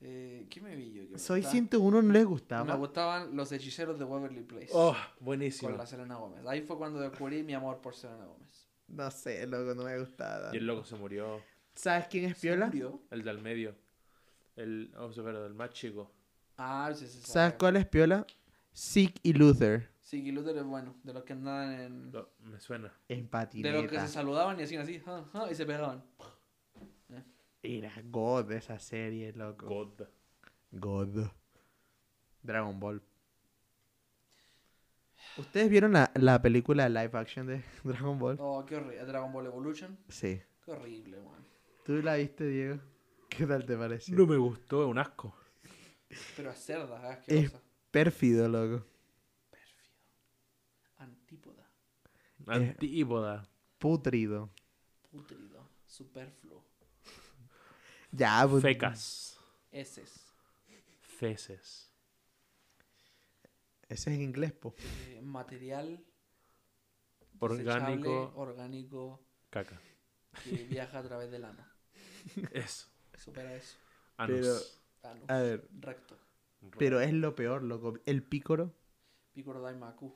Speaker 2: Eh, ¿Qué me vi yo? que me
Speaker 1: Soy
Speaker 2: gustaba?
Speaker 1: 101 no les
Speaker 2: Me
Speaker 1: gustaba.
Speaker 2: gustaban los hechiceros de Waverly Place.
Speaker 3: Oh,
Speaker 2: con
Speaker 3: buenísimo.
Speaker 2: la Selena Gómez. Ahí fue cuando descubrí mi amor por Selena Gómez.
Speaker 1: No sé, loco, no me gustaba.
Speaker 3: Y el loco se murió.
Speaker 1: ¿Sabes quién es
Speaker 2: ¿Se
Speaker 1: Piola?
Speaker 2: murió?
Speaker 3: El del medio. El, oh, se acuerda, el más chico.
Speaker 2: Ah, sí, sí. sí.
Speaker 1: ¿Sabes cuál es Piola? Sick y Luther.
Speaker 2: Sí, que Luther es bueno. De los que andaban en.
Speaker 3: Lo- me suena.
Speaker 1: En
Speaker 2: De los que se
Speaker 1: patineta.
Speaker 2: saludaban y hacían así. ja, ja, y se pegaban.
Speaker 1: Era God de esa serie, loco.
Speaker 3: God.
Speaker 1: God. Dragon Ball. ¿Ustedes vieron la, la película live action de <laughs> Dragon Ball?
Speaker 2: Oh, qué horrible. Dragon Ball Evolution.
Speaker 1: Sí.
Speaker 2: Qué horrible, weón.
Speaker 1: ¿Tú la viste, Diego? ¿Qué tal te pareció?
Speaker 3: No me gustó, es un asco.
Speaker 2: Pero a cerdas, ah,
Speaker 1: Es
Speaker 2: asquerosa.
Speaker 1: pérfido, loco.
Speaker 2: Pérfido. Antípoda.
Speaker 3: Antípoda.
Speaker 1: Putrido.
Speaker 2: Putrido. Superfluo.
Speaker 1: Ya, pues,
Speaker 3: Fecas.
Speaker 2: Heces.
Speaker 3: Feces.
Speaker 1: Ese es en inglés, po.
Speaker 2: eh, material.
Speaker 3: Orgánico.
Speaker 2: desechable, Orgánico.
Speaker 1: <laughs>
Speaker 3: Caca.
Speaker 2: Que viaja a través del ano.
Speaker 3: Eso.
Speaker 2: Supera eso.
Speaker 3: Anus.
Speaker 2: Ano.
Speaker 1: A ver,
Speaker 2: Recto.
Speaker 1: pero es lo peor, loco. El pícoro,
Speaker 2: Picoro Daimaku.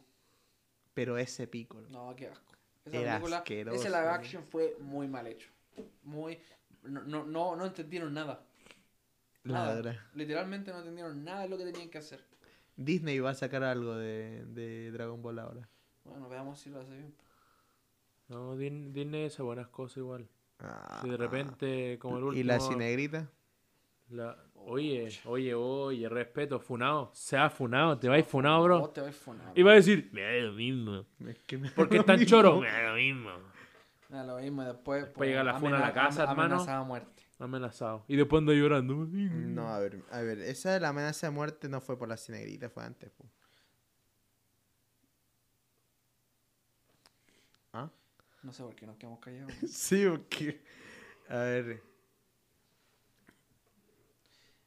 Speaker 1: pero ese pícoro.
Speaker 2: No, qué asco. Esa
Speaker 1: Era
Speaker 2: película,
Speaker 1: asqueroso,
Speaker 2: ese
Speaker 1: ¿no?
Speaker 2: live action fue muy mal hecho. Muy. No, no, no, no entendieron nada. Nada.
Speaker 1: Ladra.
Speaker 2: Literalmente no entendieron nada de lo que tenían que hacer.
Speaker 1: Disney va a sacar algo de, de Dragon Ball ahora.
Speaker 2: Bueno, veamos si lo hace bien.
Speaker 3: No, Din- Disney hace buenas cosas igual.
Speaker 1: Ah.
Speaker 3: Y de repente, como el último.
Speaker 1: ¿Y la cinegrita?
Speaker 3: la- Oye, oye, oye, respeto, funado. Se ha funado, te vais funado,
Speaker 2: Vos
Speaker 3: bro.
Speaker 2: te vais funar.
Speaker 3: Y va a decir, me da lo mismo.
Speaker 1: Es que <laughs> me-
Speaker 3: Porque es tan choro. Me da lo mismo.
Speaker 2: Nada, lo mismo. y Después.
Speaker 3: Después llega la funa a la
Speaker 2: amena-
Speaker 3: casa,
Speaker 2: am-
Speaker 3: hermano.
Speaker 2: Amenazada a muerte.
Speaker 3: Amenazado. Y después anda llorando.
Speaker 1: No, a ver, a ver, esa de la amenaza de muerte no fue por la cinegrita, fue antes. po.
Speaker 2: No sé por qué nos quedamos callados.
Speaker 1: <laughs> Sí, porque... A ver,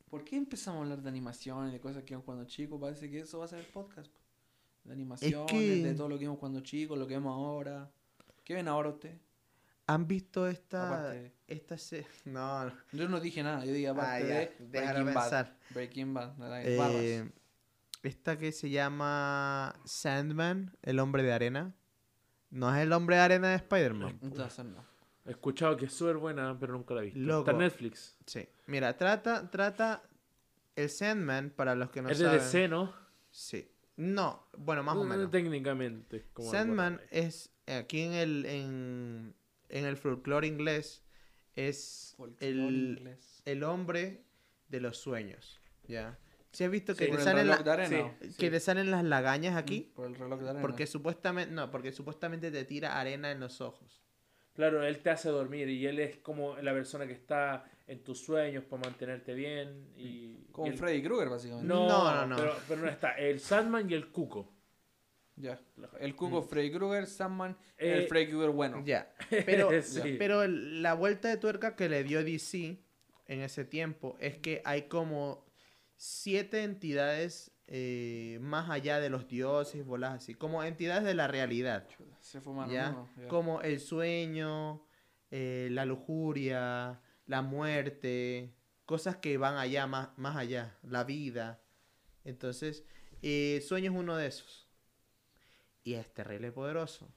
Speaker 2: ¿Por qué empezamos a hablar de animación y de cosas que vimos cuando chicos? Parece que eso va a ser el podcast. po. De animaciones,
Speaker 1: que-
Speaker 2: de todo lo que vimos cuando chicos, lo que vemos ahora. ¿Qué ven ahora ustedes?
Speaker 1: ¿han visto esta...
Speaker 2: Aparte-
Speaker 1: esta se... <laughs> No, no.
Speaker 2: Yo no dije nada, yo dije aparte
Speaker 1: Ah, ya,
Speaker 2: de
Speaker 1: déjalo
Speaker 2: Breaking Bad.
Speaker 1: pensar.
Speaker 2: Breaking Bad, ¿verdad?
Speaker 1: Eh,
Speaker 2: Barras.
Speaker 1: esta que se llama Sandman, el hombre de arena. No es el hombre de arena de Spider-Man.
Speaker 2: Entonces no.
Speaker 3: He escuchado que es súper buena, pero nunca la he visto.
Speaker 1: Loco.
Speaker 3: Está en Netflix.
Speaker 1: Sí. Mira, trata, trata el Sandman para los que no
Speaker 3: es de
Speaker 1: saben.
Speaker 3: DC, ¿no?
Speaker 1: Sí. No, bueno, más o
Speaker 3: Eh,
Speaker 1: menos.
Speaker 3: Técnicamente. como el
Speaker 1: Sandman
Speaker 3: Guardián.
Speaker 1: es aquí en el en, en el folclore inglés es
Speaker 2: Folclore
Speaker 1: el,
Speaker 2: inglés.
Speaker 1: el hombre de los sueños, ¿ya? ¿Sí has visto que
Speaker 2: Sí,
Speaker 1: te
Speaker 2: por el
Speaker 1: salen
Speaker 2: reloj
Speaker 1: la-
Speaker 2: de arena. Mm,
Speaker 1: que
Speaker 3: sí,
Speaker 1: te salen las lagañas aquí?
Speaker 2: Por el reloj de arena.
Speaker 1: Porque supuestamente no, porque supuestamente te tira arena en los ojos.
Speaker 3: Claro, él te hace dormir y él es como la persona que está en tus sueños para mantenerte bien. Y,
Speaker 2: Como
Speaker 3: y él-
Speaker 2: Freddy Krueger, básicamente.
Speaker 3: No,
Speaker 1: Mm. No,
Speaker 3: no,
Speaker 1: no,
Speaker 3: no.
Speaker 1: no.
Speaker 3: Pero, pero no está. El Sandman y el Cuco.
Speaker 2: Ya. El cuco Freddy Krueger, Sandman, el
Speaker 3: Eh,
Speaker 2: Freddy Krueger bueno.
Speaker 1: Mm. Ya.
Speaker 3: <laughs>
Speaker 1: Pero
Speaker 3: Sí.
Speaker 1: pero el- la vuelta de tuerca que le dio DC en ese tiempo es que hay como siete entidades eh, más allá de los dioses, bolas así, como entidades de la realidad.
Speaker 2: Chuta, Se fumaron
Speaker 1: ¿ya?
Speaker 2: uno, ya.
Speaker 1: Como el sueño, eh, la lujuria, la muerte, cosas que van allá, más, más allá, la vida. Entonces, eh, sueño es uno de esos. Y es terrible poderoso.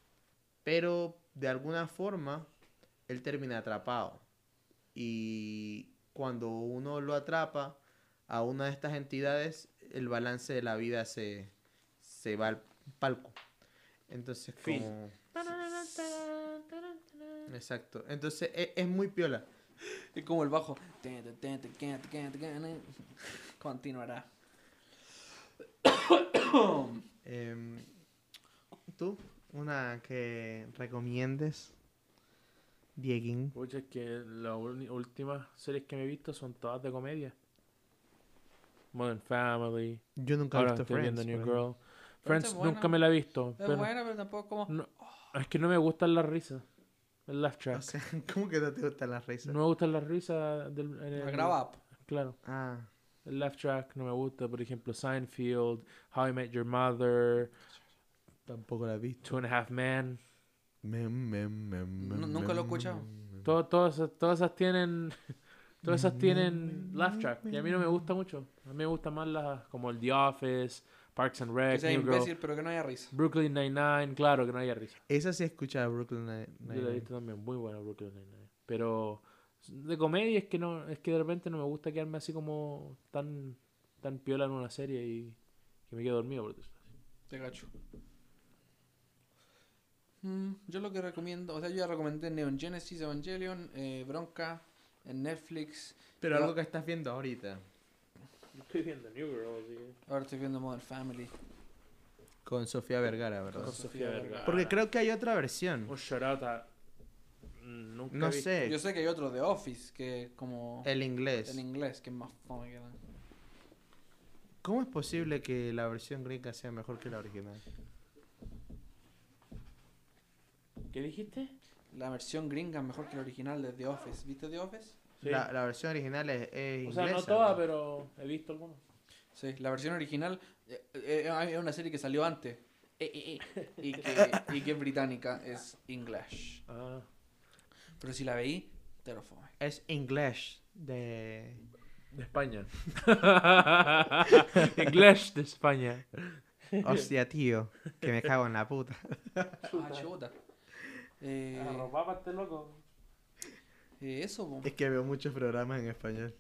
Speaker 1: Pero de alguna forma, él termina atrapado. Y cuando uno lo atrapa a una de estas entidades, el balance de la vida se, se va al palco. Entonces,
Speaker 3: Fin.
Speaker 1: como... Exacto. Entonces e- es, muy piola.
Speaker 2: Y como el bajo. Ten, ten, ten, ten, ten, ten, ten, ten. Continuará.
Speaker 1: Em, ¿Tú? Una que recomiendes. Dieguín.
Speaker 3: Pucha, es que las uni- últimas series que me he visto son todas de comedia. Modern Family.
Speaker 1: Yo nunca he
Speaker 3: Ahora
Speaker 1: visto
Speaker 3: estoy
Speaker 1: Friends.
Speaker 3: viendo New
Speaker 1: por ejemplo.
Speaker 3: Girl. Friends
Speaker 2: es buena.
Speaker 3: nunca me la he visto.
Speaker 2: Es
Speaker 3: pero- Eh,
Speaker 2: buena, pero tampoco como.
Speaker 3: no- es que no me gustan las risas. El laugh track.
Speaker 1: O sea, <laughs> ¿cómo que no te gustan las risas?
Speaker 3: No me gustan las risas del. en
Speaker 2: La
Speaker 3: el-
Speaker 2: graba. pues, po.
Speaker 3: Claro.
Speaker 1: Ah,
Speaker 3: El laugh track no me gusta. Por ejemplo, Seinfeld, How I Met Your Mother,
Speaker 1: tampoco la he visto.
Speaker 3: Two and a Half Men.
Speaker 4: Mem, mem, mem,
Speaker 2: Nu- nunca lo he escuchado.
Speaker 4: mem,
Speaker 3: Todo- todas, esas- todas esas tienen. <laughs> Todas esas tienen laugh track. Y a mí no me gusta mucho. A mí me gustan más las como el The Office, Parks and
Speaker 2: Que
Speaker 3: Rec,
Speaker 2: sea
Speaker 3: New Girl,
Speaker 2: imbécil, pero que no haya risa.
Speaker 3: Brooklyn Nine-Nine. Claro que no haya risa.
Speaker 1: Esa sí escuchaba Brooklyn Nine-
Speaker 3: Yo la he
Speaker 1: Nine-Nine.
Speaker 3: visto también, muy buena Brooklyn Nine-Nine. Pero de comedia es que no, es que de repente no me gusta quedarme así como tan, tan piola en una serie y que me quedo dormido por eso.
Speaker 2: Te cacho. Mm, yo lo que recomiendo, o sea, yo ya recomendé Neon Genesis Evangelion, eh, Bronca, en Netflix.
Speaker 1: Pero
Speaker 2: No.
Speaker 1: algo que estás viendo ahorita.
Speaker 3: Estoy viendo New Girl, así que...
Speaker 2: Ahora estoy viendo Modern Family.
Speaker 1: Con Sofía Vergara, ¿verdad?
Speaker 2: Con Sofía Vergara.
Speaker 1: Porque creo que hay otra versión.
Speaker 3: Un shout out a- Nunca
Speaker 1: No
Speaker 3: vi-
Speaker 1: sé.
Speaker 2: Yo sé que hay otro de Office, que es como
Speaker 3: Eh.
Speaker 1: El inglés.
Speaker 2: en inglés, que es más fome que la...
Speaker 1: ¿Cómo es posible que la versión gringa sea mejor que la original?
Speaker 3: ¿Qué dijiste?
Speaker 2: La versión gringa es mejor que la original de The Office. ¿Viste The Office?
Speaker 3: Sí.
Speaker 1: La, la versión original es, es
Speaker 3: o sea, no
Speaker 1: inglesa,
Speaker 3: toda,
Speaker 1: ¿no?
Speaker 3: pero he visto algunos.
Speaker 2: Sí, la versión original eh, eh, eh, es una serie que salió antes. Eh, eh, eh, y, que, y que es británica, es English.
Speaker 3: Ah,
Speaker 2: Pero si la veí, te lo fome.
Speaker 1: Es inglés
Speaker 3: <laughs>
Speaker 1: de...
Speaker 3: de España. <laughs> Inglés de España.
Speaker 1: Hostia, tío, que me cago en la puta.
Speaker 2: Ah, chuta. Eh,
Speaker 3: Arropápate, <laughs> loco.
Speaker 2: eh, eso, po.
Speaker 1: Es que veo muchos programas en español.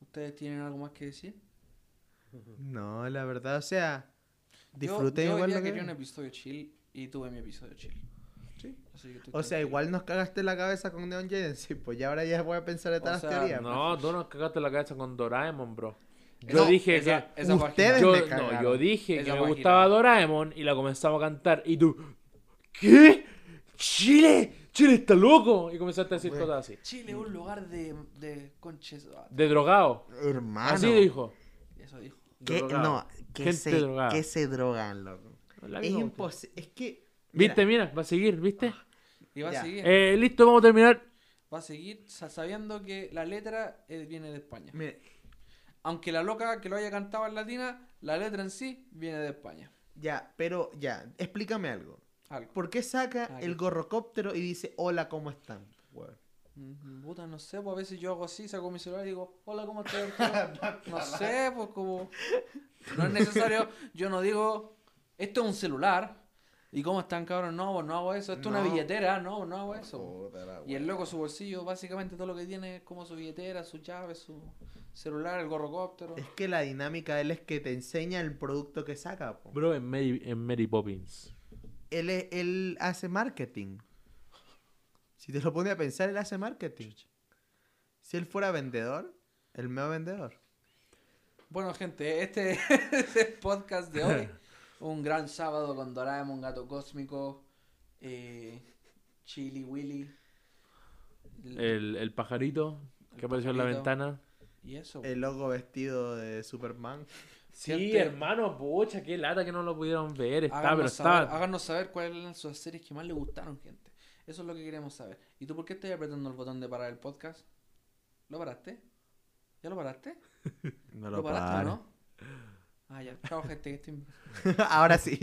Speaker 2: ¿ustedes tienen algo más que decir?
Speaker 1: No, la verdad, o sea,
Speaker 2: Yo-
Speaker 1: disfruten
Speaker 2: yo, hoy
Speaker 1: igual
Speaker 2: día
Speaker 1: lo que...
Speaker 2: quería un
Speaker 1: ven.
Speaker 2: episodio chill y tuve mi episodio chill.
Speaker 1: Sí.
Speaker 2: Así que estoy
Speaker 1: O sea,
Speaker 2: tranquilo.
Speaker 1: igual nos cagaste la cabeza con Neon Genesis, pues ya ahora ya voy a pensar de
Speaker 2: O
Speaker 1: todas
Speaker 2: sea,
Speaker 1: las teorías. pues.
Speaker 3: No, tú nos cagaste la cabeza con Doraemon, bro. Yo
Speaker 2: Esa-
Speaker 3: dije
Speaker 2: esa-
Speaker 3: que...
Speaker 2: esa página.
Speaker 1: Ustedes
Speaker 3: Yo,
Speaker 1: me
Speaker 3: no,
Speaker 1: cagaron.
Speaker 3: yo dije que
Speaker 2: Esa
Speaker 3: me
Speaker 2: página.
Speaker 3: gustaba Doraemon y la comenzaba a cantar. Y tú, ¿qué? ¡Chile! ¡Chile está loco! Y comenzaste a decir
Speaker 1: Bueno.
Speaker 3: cosas así.
Speaker 2: Chile es un lugar de, de conches. ah,
Speaker 3: De drogado.
Speaker 1: Hermano.
Speaker 3: Así dijo.
Speaker 2: Eso dijo.
Speaker 1: ¿Qué?
Speaker 3: Drogado.
Speaker 1: No, que
Speaker 3: Gente
Speaker 1: se,
Speaker 3: drogada.
Speaker 1: que se drogan, loco.
Speaker 3: La
Speaker 1: Es
Speaker 3: misma
Speaker 1: imposible. Es que. mira,
Speaker 3: ¿Viste? Mira, va a seguir, ¿viste?
Speaker 2: Ah, Y va
Speaker 1: Ya.
Speaker 2: a seguir.
Speaker 3: Eh, listo, vamos a terminar.
Speaker 2: Va a seguir sa- sabiendo que la letra eh, viene de España.
Speaker 1: mira,
Speaker 2: Aunque la loca que lo haya cantado en latina, la letra en sí viene de España.
Speaker 1: ya, pero ya, explícame algo.
Speaker 2: Algo.
Speaker 1: ¿Por qué saca
Speaker 2: Ah,
Speaker 1: el
Speaker 2: ya.
Speaker 1: gorrocóptero y dice hola, ¿cómo están? Weón.
Speaker 2: Mm, Puta, no sé, pues a veces yo hago así, saco mi celular y digo, hola, ¿cómo estás? Arturo?". no sé, pues como... No es necesario, yo no digo, esto es un celular. ¿Y cómo están, cabrón? No, pues no hago eso. Esto es
Speaker 1: No. Oh,
Speaker 2: una billetera, no, pues no hago eso. Y el loco, su bolsillo, básicamente todo lo que tiene es como su billetera, su llave, su celular, el
Speaker 1: <laughs>
Speaker 2: gorrocóptero.
Speaker 1: Es que la dinámica de él es que te enseña el producto que saca. po.
Speaker 3: Bro, en Mary, en Mary Poppins.
Speaker 1: Él, es- él hace marketing. Si te lo pones a pensar, él hace marketing. Si él fuera vendedor, el mejor vendedor.
Speaker 2: Bueno, gente, este <laughs> es el podcast de
Speaker 3: <laughs>
Speaker 2: hoy. Un gran sábado con Doraemon, Gato Cósmico, eh, Chili Willy.
Speaker 3: El, el pajarito que
Speaker 2: El
Speaker 3: apareció en la
Speaker 2: pajarito.
Speaker 3: ventana.
Speaker 2: Y eso.
Speaker 1: El loco vestido de Superman.
Speaker 3: Sí,
Speaker 2: Gente,
Speaker 3: hermano, pucha, qué lata que no lo pudieron ver. Está, pero
Speaker 2: háganos,
Speaker 3: está.
Speaker 2: saber, háganos saber cuáles eran sus series que más le gustaron, gente. Eso es lo que queremos saber. ¿Y tú por qué estás apretando el botón de parar el podcast? ¿Lo paraste? ¿Ya lo paraste?
Speaker 1: No
Speaker 2: ¿Lo paraste o no? Ah, ya.
Speaker 3: <laughs>
Speaker 2: Chao, gente. Que estén...
Speaker 1: <laughs> Ahora sí.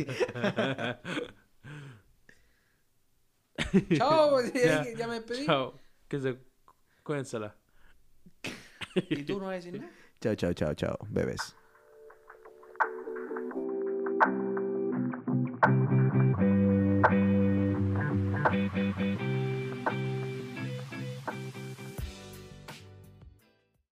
Speaker 2: Chao, ya,
Speaker 3: Ya.
Speaker 2: <laughs> ya me despedí.
Speaker 3: Chao. Que se. Cuénsela.
Speaker 2: ¿Y tú no vas a decir nada?
Speaker 1: Chao, chao, chao, chao, bebés.